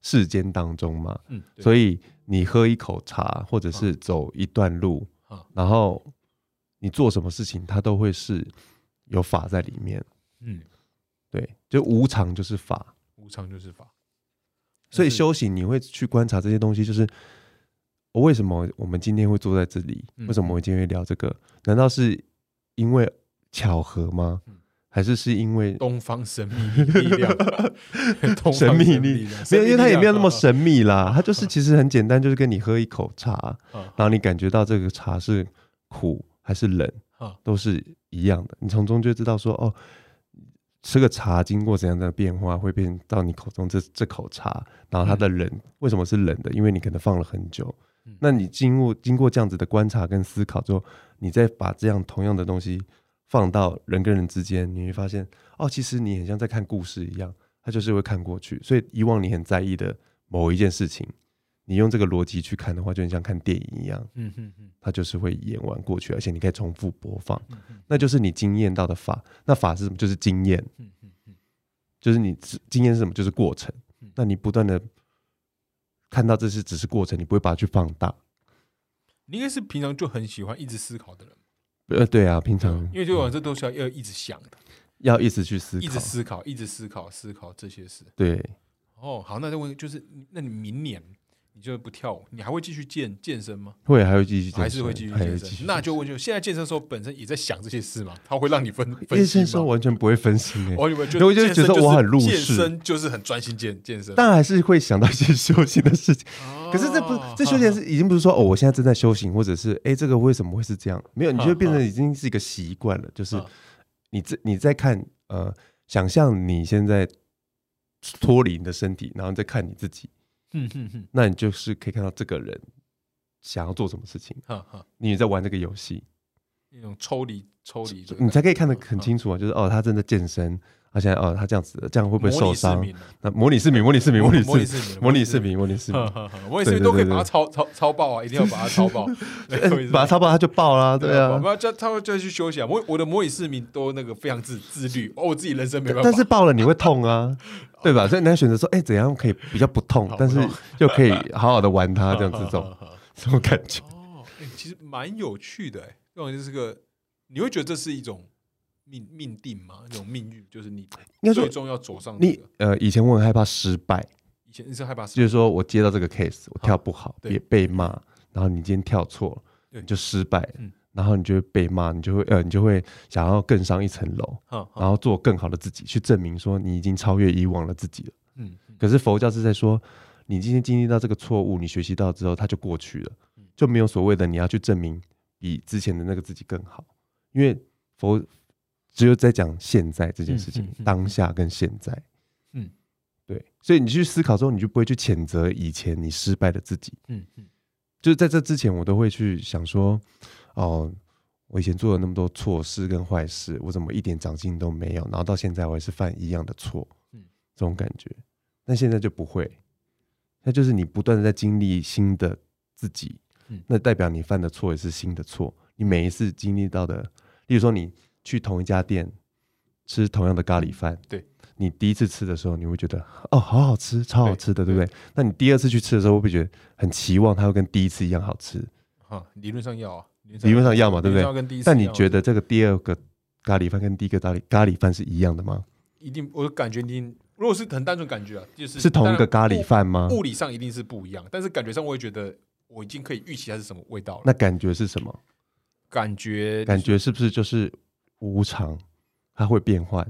S2: 世间当中嘛。
S1: 嗯，以
S2: 所以你喝一口茶，或者
S1: 嗯
S2: 是走一段路，
S1: 啊
S2: 然后你做什么事情，它都会是有法在里面。
S1: 嗯，
S2: 对，就无常就是法，
S1: 无常就是法，
S2: 所以
S1: 就是
S2: 修行你会去观察这些东西，就是我为什么我们今天会坐在这里，
S1: 嗯
S2: 为什么我今天会聊这个？难道是因为巧合吗
S1: 嗯？
S2: 还是是因为
S1: 东方神秘力 量，东方
S2: 神
S1: 秘
S2: 秘力
S1: 量，
S2: 没
S1: 神
S2: 有，
S1: 秘
S2: 因为它
S1: 力
S2: 也
S1: 量
S2: 没有那么
S1: 啊
S2: 神秘啦，它就是其实很简单，就是跟你喝一口茶，
S1: 啊
S2: 然后你感觉到这个茶是苦还是冷
S1: 啊，
S2: 都是一样的。你从中就知道说，哦，这个茶经过怎样的变化，会变到你口中这这口茶，然后它的冷、为什么是冷的？因为你可能放了很久。
S1: 嗯
S2: 那你经过经过这样子的观察跟思考之后，你再把这样同样的东西放到人跟人之间，你会发现，哦，其实你很像在看故事一样，它就是会看过去。所以以往你很在意的某一件事情，你用这个逻辑去看的话，就很像看电影一样。
S1: 嗯嗯嗯
S2: 它就是会演完过去，而且你可以重复播放，
S1: 嗯嗯
S2: 那就是你经验到的法。那法是什么？就是经验，
S1: 嗯嗯嗯，
S2: 就是你知经验是什么？就是过程
S1: 嗯。
S2: 那你不断的看到这是只是过程，你不会把它去放大。
S1: 你应该是平常就很喜欢一直思考的人，
S2: 呃，对啊，平常
S1: 因为就往这东西要要一直想的，
S2: 要一直去思
S1: 一直
S2: 考。
S1: 思考，一直思考，思考这些事。
S2: 对，
S1: 哦，好，那再问，就是那你明年你就不跳舞，你还会继续健健身吗？
S2: 会还会继续健身，
S1: 还是会继续
S2: 还会
S1: 健
S2: 继续
S1: 身？那就问，就现在健身的时候本身也在想这些事嘛？它会让你分
S2: 健
S1: 分
S2: 身
S1: 心
S2: 的时候
S1: 吗？
S2: 完全不会 分心欸诶、
S1: 我以为就
S2: 因为我就
S1: 健身
S2: 觉得我很入
S1: 就是
S2: 世
S1: 健身就是很专心健健身。
S2: 但还是会想到一些 修行的事情。
S1: 哦
S2: 可是这不是这修行是已经不是说哦，我现在正在修行，或者是哎、诶这个为什么会是这样？ 没有，你就会变成已经是一个习惯了，就是
S1: 嗯
S2: 你这你在看呃，想象你现在脱离你的身体，然后再看你自己，
S1: 嗯嗯嗯，
S2: 那你就是可以看到这个人想要做什么事情，
S1: 哈哈，
S2: 你也在玩这个游戏，
S1: 那种抽离抽离的感觉，
S2: 你才可以看得很清楚啊，就是哦，他正在健身，他现在哦，他这样子，这样会不会
S1: 模拟
S2: 受
S1: 市
S2: 伤？
S1: 民啊
S2: 那模拟市民，模拟市民， 模拟
S1: 模拟
S2: 市
S1: 市民，
S2: 模拟市民，模拟市民
S1: 呵，呵呵，我也
S2: 对
S1: 是
S2: 对
S1: 都可以
S2: 嗯对
S1: 把它
S2: 对
S1: 超超超爆啊，一定要把它超 爆，
S2: 诶把他超爆他就爆啦，对啊
S1: 我。们要叫他们就去休息啊。我我的模拟市民都那个非常自自律，哦，我自己人生没办法。
S2: 但是爆了你会痛 啊，对吧？所以你要选择说，哎、怎样可以比较不痛
S1: 好，
S2: 但是
S1: 不痛
S2: 又可以好好的 玩它，这样子，这种这种感觉。
S1: 哦，哎其实蛮有趣的哎，这种就是个，你会觉得这是一种命命定吗？一种命运，就是你
S2: 应该说
S1: 最，终要走上这
S2: 你
S1: 个。
S2: 呃，以前我很害怕失败，
S1: 以前你是害怕
S2: 就
S1: 什
S2: 是说我接到这个 case，我跳不好，
S1: 对
S2: 也被骂，然后你今天跳错了，
S1: 对
S2: 你就失败了
S1: 嗯
S2: 然后你就会被骂，你就会呃，你就会想要更上一层楼，
S1: 么？哈，
S2: 然后做更好的自己，去证明说你已经超越以往的自己了。
S1: 嗯，嗯
S2: 可是佛教是在说，你今天经历到这个错误，你学习到之后，它就过去了
S1: 嗯，
S2: 就没有所谓的你要去证明比之前的那个自己更好，因为佛只有在讲现在这件事
S1: 嗯
S2: 情，
S1: 嗯嗯
S2: 当下跟现在，
S1: 嗯，
S2: 对，所以你去思考之后，你就不会去谴责以前你失败的自己，
S1: 嗯嗯
S2: 就是在这之前，我都会去想说，哦。我以前做了那么多错事跟坏事，我怎么一点长进都没有？然后到现在我还是犯一样的错，
S1: 嗯
S2: 这种感觉。但现在就不会，那就是你不断的在经历新的自己，
S1: 嗯
S2: 那代表你犯的错也是新的错。你每一次经历到的，例如说你去同一家店吃同样的咖喱饭，
S1: 对，
S2: 你第一次吃的时候，你会觉得哦，好好吃，超好吃的，对
S1: 对
S2: 不对？那你第二次去吃的时候，会不会觉得很期望它会跟第一次一样好吃？
S1: 哈，理论上要啊，
S2: 理论上要嘛，对不
S1: 理论
S2: 对
S1: 上？要跟第一次一样
S2: 但
S1: 啊，
S2: 你觉得这个第二个咖喱饭跟第一个咖喱咖喱饭是一样的吗？
S1: 一定，我感觉一定，如果是很单纯感觉啊，就是
S2: 是同一个
S1: 当
S2: 咖
S1: 然
S2: 喱饭吗
S1: 物，？物理上一定是不一样，但是感觉上我也觉得我已经可以预期它是什么味道了。
S2: 那感觉是什么？
S1: 感觉
S2: 感觉是不是就是无常，它会变换？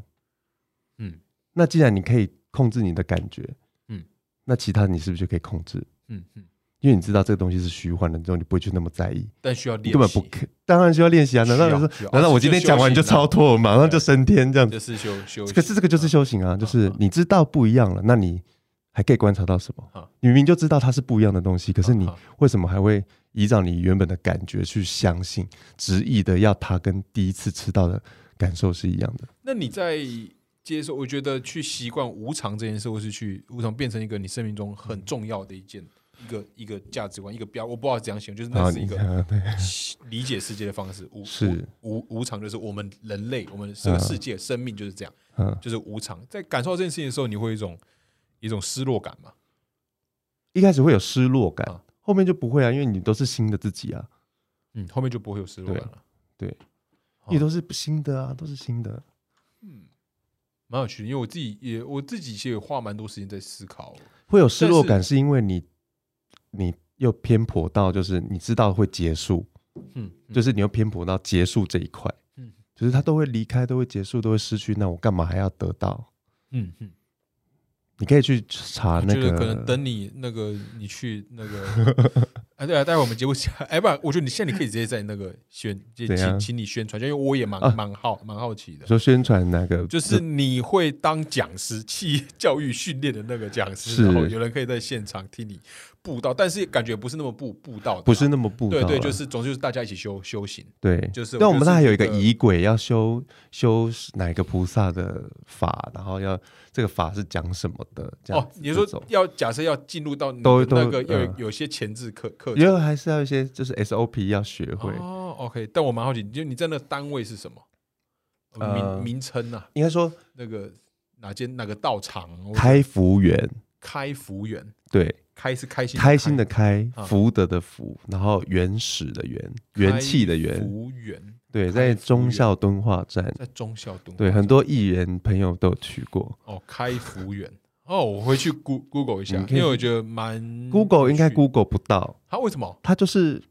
S1: 嗯
S2: 那既然你可以控制你的感觉，
S1: 嗯，
S2: 那其他你是不是就可以控制？
S1: 嗯嗯，
S2: 因为你知道这个东西是虚幻的，之后你不会去那么在意，
S1: 但需要练
S2: 你
S1: 习，
S2: 根本不 care。当然需要练习啊！
S1: 需要
S2: 难道你
S1: 需
S2: 说
S1: 要，啊
S2: 难道我今天讲完你就超脱，马上就升天这样子？
S1: 就是修修行。
S2: 可是这个就是修行啊，就是你知道不一样了，那你还可以观察到什么
S1: 啊？
S2: 你明明就知道它是不一样的东西，可
S1: 可
S2: 是你为什么还会依照你原本的感觉去相信，执意的要它跟第一次吃到的感受是一样的？
S1: 那你在接受，我觉得去习惯无常这件事，或是去无常变成一个你生命中很重要的一件一个一个价值观，一个标，我不知道怎样形容，就是
S2: 然后
S1: 那是
S2: 你
S1: 一个
S2: 看， 对，
S1: 理解世界的方式。无
S2: 是
S1: 无无常，就是我们人类，我们这个世界、生命就是这样，
S2: 嗯，
S1: 就是无常。在感受到这件事情的时候，你会有一种一种失落感嘛？
S2: 一开始会有失落感，
S1: 啊
S2: 后面就不会啊，因为你都是新的自己啊，
S1: 嗯，后面就不会有失落感了，哦
S2: 你都是新的啊，都是新的。
S1: 蛮有趣的。因为我自己也我自己其实也花蛮多时间在思考，
S2: 会有失落感，是因为你你又偏颇到就是你知道会结束，
S1: 嗯，
S2: 就是是你又偏颇到结束这一块，
S1: 嗯
S2: 就是他都会离开，都会结束，都会失去，那我干嘛还要得到？
S1: 嗯嗯，
S2: 你可以去查
S1: 我
S2: 那
S1: 觉
S2: 个
S1: 得，可能等你那个你去那个，哎对啊，待会我们节目下，哎不然，我觉得你现在你可以直接在那个宣，就
S2: 怎样
S1: 请请你宣传，因为我也蛮
S2: 啊
S1: 蛮好蛮好奇的
S2: 你。说宣传那个
S1: 就是你会当讲师，企业教育训练的那个讲师，
S2: 是
S1: 然后有人可以在现场听你布道，但是感觉不是那么布布道的啊，
S2: 不是那么步道
S1: 对
S2: 啦，
S1: 对，就是总之就是大家一起修修行，
S2: 对，
S1: 就是
S2: 但我们那还有一个
S1: 就是一个
S2: 仪轨要修修哪个菩萨的法，然后要这个法是讲什么的，这样
S1: 哦
S2: 子，
S1: 你说
S2: 这种
S1: 要假设要进入到你
S2: 都
S1: 的那
S2: 都
S1: 个要有
S2: 嗯
S1: 有些前置课课
S2: 因
S1: 程
S2: 为还是要一些就是 SOP 要学会，
S1: 哦，OK。但我蛮好奇，就你在那个单位是什么呃
S2: 呃
S1: 名名称啊？
S2: 应该说
S1: 那个哪间哪个道场？或者
S2: 开服员，
S1: 开服务员，
S2: 对，
S1: 开是开心
S2: 开心的开，
S1: 啊
S2: 福德的福，然后原始的原，元气的元，
S1: 服务员
S2: 对，
S1: 开
S2: 在
S1: 服园
S2: 忠孝敦化站，
S1: 在中校读
S2: 对，很多艺人朋友都有去过
S1: 哦，开服务员哦，我回去 Go Google 一下
S2: 嗯你，可以
S1: 因为我觉得蛮
S2: 嗯，Google 应该
S1: 有趣的
S2: Google 不到，
S1: 它为什么
S2: 它就是，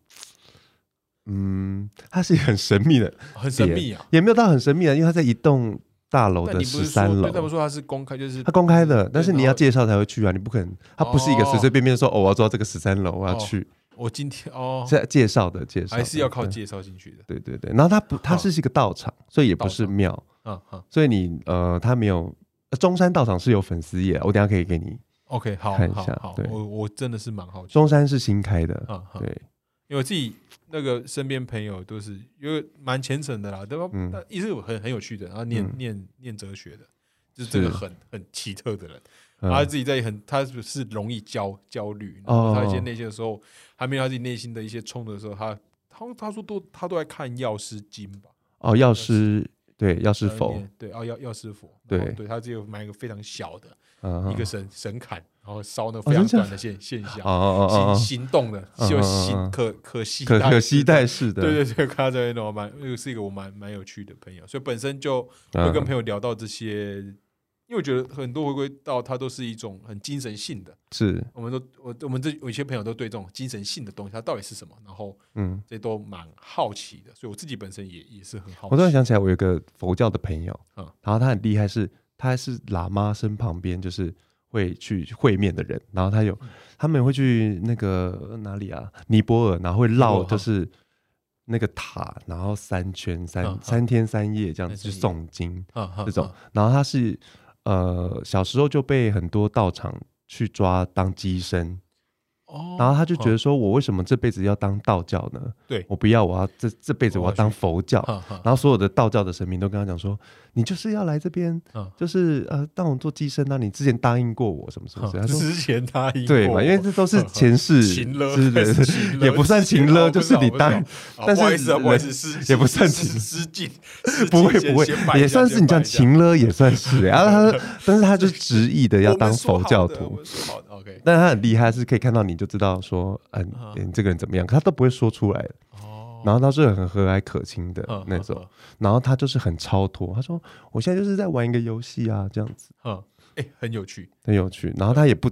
S2: 嗯，它是一个很神秘的，
S1: 很神秘啊？
S2: 也没有到很神秘的，因为它在一栋大楼
S1: 但
S2: 的
S1: 你不
S2: 十
S1: 是说
S2: 三
S1: 对他们
S2: 楼。
S1: 说它是公开，就是
S2: 它公开的，但是
S1: 对
S2: 你
S1: 然
S2: 要
S1: 后
S2: 介绍才会去啊，你不可能，它不是一个随随便便说哦，我要做到这个十三楼，我要
S1: 哦
S2: 去，
S1: 我今天哦
S2: 是，嗯要介绍的介绍的，
S1: 还是要靠
S2: 对
S1: 介绍进去的，
S2: 对对对，然后它不，它
S1: 哦
S2: 是一个道场，所以也不
S1: 道
S2: 是
S1: 场
S2: 庙，
S1: 嗯嗯
S2: 所以你呃，它没有、呃中山道场是有粉丝页，啊我等一下可以给你。
S1: ，OK，好
S2: 看一
S1: 好
S2: 下
S1: 好
S2: 对，
S1: 我我真的是蛮好奇，
S2: 中山是新开的，
S1: 嗯嗯，
S2: 对，
S1: 因为我自己那个身边朋友都是因为蛮虔诚的啦，对吧？
S2: 嗯
S1: 但也是有很很有趣的，然后念、
S2: 嗯
S1: 念念哲学的，就是这个
S2: 是
S1: 很很奇特的人，
S2: 嗯
S1: 他自己在很他是是容易焦焦虑，然
S2: 哦
S1: 后他一些内心的时候，还没有他自己内心的一些冲突的时候，他他他说都他都在看《药师经》吧，
S2: 哦，药师对药师
S1: 然后
S2: 佛，
S1: 念对啊药药师佛，
S2: 对
S1: 然后对他只有买一个非常小的、
S2: 嗯
S1: 一个
S2: 嗯
S1: 神神龛，然后烧那
S2: 哦
S1: 非常
S2: 真假
S1: 短的现现象，
S2: 哦哦
S1: 行
S2: 哦哦，
S1: 行动的
S2: 嗯
S1: 就
S2: 嗯嗯
S1: 行
S2: 嗯
S1: 可可惜
S2: 可可
S1: 惜
S2: 惜带式的，
S1: 对对对，看到这边的我蛮，那个是一个我蛮蛮有趣的朋友，所以本身就会跟
S2: 嗯
S1: 朋友聊到这些，因为我觉得很多回归到它都是一种很精神性的。
S2: 是
S1: 我们都我我们这有一些朋友都对这种精神性的东西，它到底是什么，然后
S2: 嗯，
S1: 这都蛮好奇的，所以我自己本身也也是很好
S2: 我突然
S1: 奇。
S2: 想起来，我有一个佛教的朋友，
S1: 嗯
S2: 然后他很厉害是，他是喇嘛身旁边就是会去会面的人，然后他
S1: 嗯
S2: 有、他们会去那个哪里啊，尼泊尔，然后会
S1: 尼泊
S2: 绕
S1: 尔嗯
S2: 就是那个塔，然后三圈三、
S1: 嗯嗯
S2: 三天三夜这样子
S1: 三
S2: 去
S1: 天三
S2: 诵经
S1: 啊
S2: 这种，然后他是呃小时候就被很多道场去抓当鸡生，
S1: 哦，
S2: 然后他就觉得
S1: 得
S2: 说我为什么这辈子要当道教呢？
S1: 对
S2: 我不要，我要这这辈子
S1: 我
S2: 我要
S1: 要嗯
S2: 当佛教。
S1: 哈哈
S2: 然后所有的道教的神明都跟他讲说，你就是要来这边，
S1: 嗯
S2: 就是呃，让我做寄生啊，你之前答应过我什么什么
S1: 哈
S2: 之类的。他说
S1: 之前他赢
S2: 对
S1: 过
S2: 嘛，因为这都是前 世
S1: 情了
S2: 之类的，
S1: 情了
S2: 也不算
S1: 之前
S2: 情了
S1: 哦
S2: 就是你当但
S1: 不
S2: 是
S1: 好意思啊不好意思啊，不好意思，失
S2: 也不算
S1: 失
S2: 情
S1: 失敬，
S2: 不会
S1: 失敬
S2: 不会
S1: 先先摆，一下
S2: 也算是你这
S1: 先
S2: 样。
S1: 摆一下
S2: 情了，也算是。然后 他说，但是他就执意的要当佛教
S1: 我
S2: 徒。
S1: 们说好的我们说好的，OK，
S2: 但他很厉害，是可以看到你就知道说，嗯、
S1: 啊
S2: 你这个人怎么样，他都不会说出来的。
S1: 哦，
S2: 然后他是很和蔼可亲的
S1: 嗯
S2: 那种，，然后他就是很超脱。他说，我现在就是在玩一个游戏啊，这样子。
S1: 嗯，哎、很有趣，
S2: 很有趣。然后他也不，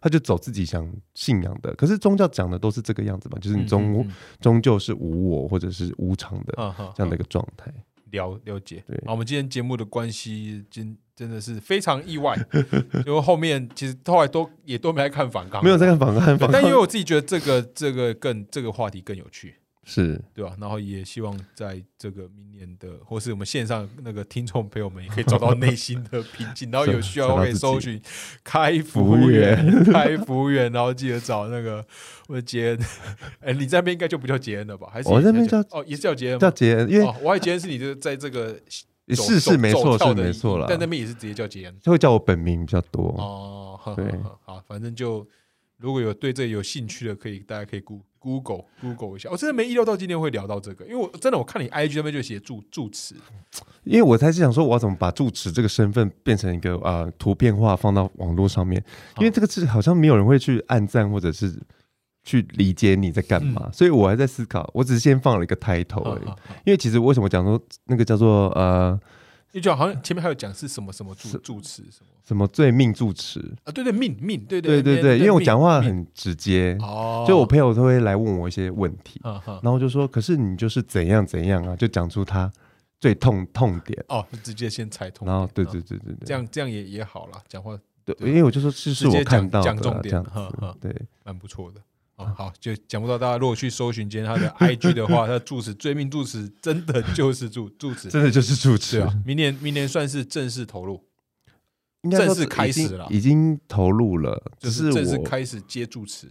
S2: 他就走自己想信仰的。可是宗教讲的都是这个样子嘛，就是你终、
S1: 嗯嗯嗯
S2: 终究是无我或者是无常的、
S1: 嗯哼，
S2: 这样的一个状态。
S1: 了了解。
S2: 对
S1: 啊，我们今天节目的关系，真真的是非常意外，因为后面其实后来都也都没来看反纲，
S2: 没有在看反抗，
S1: 对
S2: 反
S1: 但因为
S2: 抗
S1: 我自己觉得这个这个更这个话题更有趣，
S2: 是
S1: 对吧？然后也希望在这个明年的，或是我们线上那个听众朋友们，也可以找到内心的平静。然后有需要
S2: 找到
S1: 可以
S2: 自己
S1: 搜寻“开服务员”， 开服务员，然后记得找那个我杰恩。哎，你在那边应该就不叫杰恩了吧？还是
S2: 我
S1: 也
S2: 那边叫
S1: 哦，也是叫杰恩吗，
S2: 叫杰恩，因为、
S1: 哦，我还杰恩是你的在这个走
S2: 是
S1: 走
S2: 是没
S1: 走
S2: 错
S1: 跳
S2: 是
S1: 的
S2: 没错啦，
S1: 但那边也是直接叫杰恩
S2: 嗯就会叫我本名比较多。
S1: 哦。呵呵
S2: 对
S1: 呵好，反正就如果有对这有兴趣的，可以大家可以 Goo- Google Google 一下。我哦真的没意料到今天会聊到这个，因为我真的我看你 IG 那边就写住住持，
S2: 因为我才是想说，我要怎么把住持这个身份变成一个呃图片化放到网络上面，因为这个是好像没有人会去暗赞或者是去理解你在干嘛，所以我还在思考，我只是先放了一个 title 而已。
S1: 嗯嗯
S2: 因为其实为什么讲说那个叫做呃
S1: 你就好像前面还有讲是什么什么住住持什么
S2: 什么罪命住持，
S1: 啊？对对，命命，对
S2: 对
S1: 对
S2: 对对，因为我
S1: 命
S2: 讲话
S1: 命
S2: 很直接，
S1: 哦，
S2: 就我朋友都会来问我一些问题，
S1: 嗯哼
S2: 然后就说，可是你就是怎样怎样啊，就讲出他最痛痛点，
S1: 哦，就直接先猜通点，
S2: 然后对
S1: 嗯
S2: 对对对对，
S1: 这样这样也也好啦，讲话
S2: 对，
S1: 对
S2: 因为我就说这是
S1: 直接
S2: 我看
S1: 讲
S2: 到的
S1: 讲
S2: 啊
S1: 重
S2: 这
S1: 点
S2: 样子
S1: 嗯嗯，
S2: 对，
S1: 蛮不错的。哦，好，就讲不到大家如果去搜寻今天他的 IG 的话，他的住持追命住持真的就是住住持，
S2: 真的就是主持
S1: 对啊， 明年明年算是正式投入，
S2: 应该说
S1: 正式开始了
S2: 已经已经投入了，
S1: 就
S2: 只
S1: 是正式
S2: 我
S1: 开始接住持。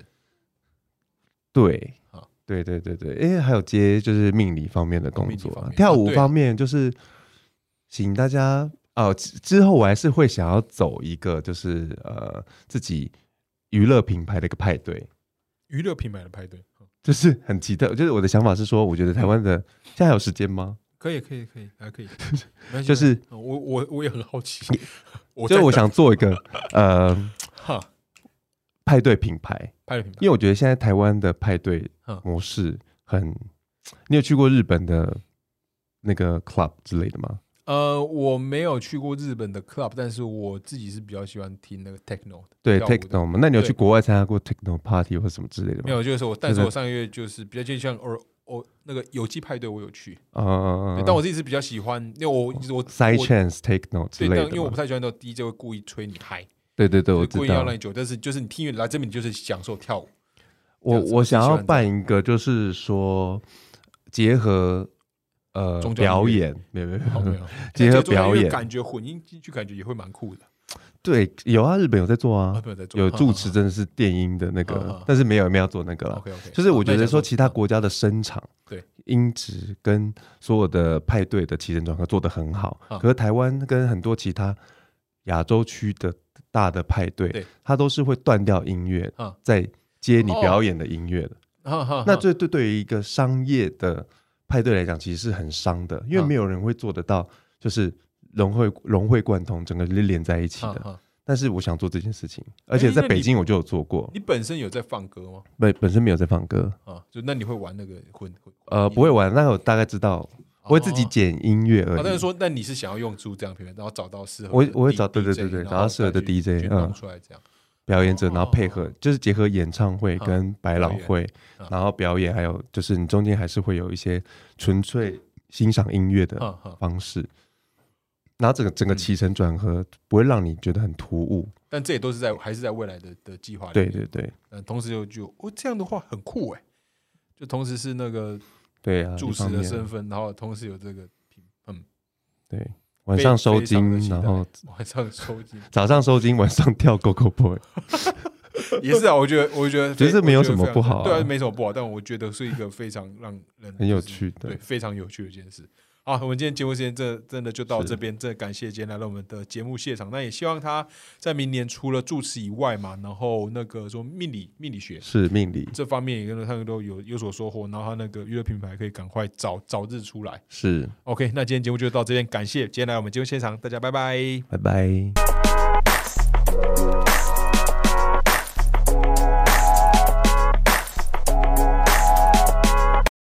S2: 对
S1: 好。
S2: 对对对对，因为还有接就是命理方面的工
S1: 命
S2: 作、
S1: 理方
S2: 啊
S1: 面，
S2: 跳
S1: 啊
S2: 舞
S1: 对啊
S2: 方面就是，请大家哦、之之后我还是会想要走一个就是呃自己娱乐品牌的一个派对，
S1: 娱乐品牌的派对，嗯
S2: 就是很奇特，就是我的想法是说，我觉得台湾的现在有时间吗？
S1: 可以可以可以，还 可以，没关系
S2: 就是
S1: 没关系嗯我我我也很好奇， 我
S2: 就是
S1: 在
S2: 我
S1: 等
S2: 想做一个呃
S1: 哈
S2: 派对品牌，
S1: 派对品牌
S2: 因为我觉得现在台湾的派对
S1: 嗯
S2: 模式很，你有去过日本的那个 club 之类的吗？
S1: 呃，我没有去过日本的 club，但是我自己是比较喜欢听那个 techno 的。
S2: 对
S1: 跳舞的
S2: ，techno 嘛，那你有
S1: 对
S2: 去国外参加过 techno party 或什么之类的
S1: 没
S2: 吗？
S1: 有，就是我，但是
S2: 真的
S1: 我上个月就是比较就像偶尔偶那个有机派对，我有去，
S2: 呃
S1: 对，但我自己是比较喜欢，因为我我
S2: side
S1: 我
S2: chance techno 之
S1: 对，
S2: 类
S1: 但
S2: 的
S1: 因为我
S2: 嘛
S1: 不，太喜欢那种 DJ 会故意吹你嗨，
S2: 对对对，
S1: 就
S2: 我
S1: 是
S2: 知
S1: 故意
S2: 道
S1: 要。让你久，但是就是你听音乐来这边，你就是享受跳舞，
S2: 我
S1: 这样子
S2: 我想
S1: 喜
S2: 要
S1: 欢这样
S2: 办一个，就是说结合呃
S1: 宗教音乐
S2: 表演，没有没有没
S1: 好
S2: 有
S1: 哦没，有？
S2: 结
S1: 那
S2: 合
S1: 这种
S2: 表演
S1: 感觉混音进去，感觉也会蛮酷的。
S2: 对，有啊，日本有在做
S1: 啊，
S2: 啊，
S1: 对，在做
S2: 有住持真的是电音的
S1: 嗯
S2: 那
S1: 嗯
S2: 个
S1: 嗯，
S2: 但是没有没有做那个啦。
S1: ，OK OK，
S2: 就是我觉得说其他国家的声场、
S1: 对
S2: 音质跟所有的派对的起承转合做得很好，
S1: 嗯
S2: 可是台湾跟很多其他亚洲区的大的派
S1: 对
S2: 对，它都是会断掉音乐，
S1: 嗯哦
S2: 再接你表演的音乐的。那
S1: 那
S2: 这对对于一个商业的派对来讲，其实是很伤的，因为
S1: 嗯
S2: 没有人会做得到，就是融会融会贯通，整个连在一起
S1: 啊
S2: 的。但是我想做这件事情，而且
S1: 嗯哎那
S2: 在
S1: 你
S2: 北京我就有做过，
S1: 你本身有在放歌吗？
S2: 本本身没有在放歌，
S1: 啊，就那你会玩那个混哦混？
S2: 呃，不会玩，那个我大概知道，我会自己
S1: 哦
S2: 剪音乐而
S1: 啊，但是
S2: 已。
S1: 说，那你是想要用出这样的平台，然后找到适合的 D,
S2: 我我会找
S1: DJ,
S2: 对对对对
S1: 然
S2: 找到适合的
S1: 再去
S2: DJ，
S1: 去
S2: 嗯
S1: 弄出来这样。
S2: 表演者，然后配
S1: 哦嗯
S2: 合就是结合演唱会跟百老
S1: 表
S2: 汇
S1: 演，
S2: 然后表演，还有就是你中间还是会有一些纯粹欣赏音乐的
S1: 嗯哼，
S2: 方式，然后整个整个起承转合不会让你觉得很突兀。
S1: 但这也都是在还是在未来的的计划里。
S2: 对，对对
S1: 嗯，同时又就哦，这样的话很酷哎、就同时是那个
S2: 对啊，
S1: 主
S2: 一
S1: 持
S2: 方
S1: 的
S2: 面
S1: 身份，然后同时有这个品，嗯，
S2: 对，晚上收
S1: 非常地
S2: 金，
S1: 期待
S2: 然后
S1: 晚上收金
S2: 早上收金，晚上跳 Go Go Boy，
S1: 也是啊，我觉得我觉得
S2: 觉
S1: 非
S2: 得这没有
S1: 我觉得
S2: 什么
S1: 非常
S2: 不好啊
S1: 对啊，没什么不好，但我觉得是一个非常让人
S2: 很有
S1: 就是
S2: 趣的
S1: 对，。非常有趣的一件事。好，我们今天节目时间真的真的就到
S2: 是
S1: 这边，真的感谢今天来到我们的节目现场。那也希望他在明年除了住持以外嘛，然后那个说命理命理学
S2: 是命理，
S1: 这方面也跟他们都有有所收获，然后他那个娱乐品牌可以赶快早早日出来。
S2: 是，
S1: OK，那今天节目就到这边，感谢今天来我们节目现场，大家拜拜。
S2: 拜拜。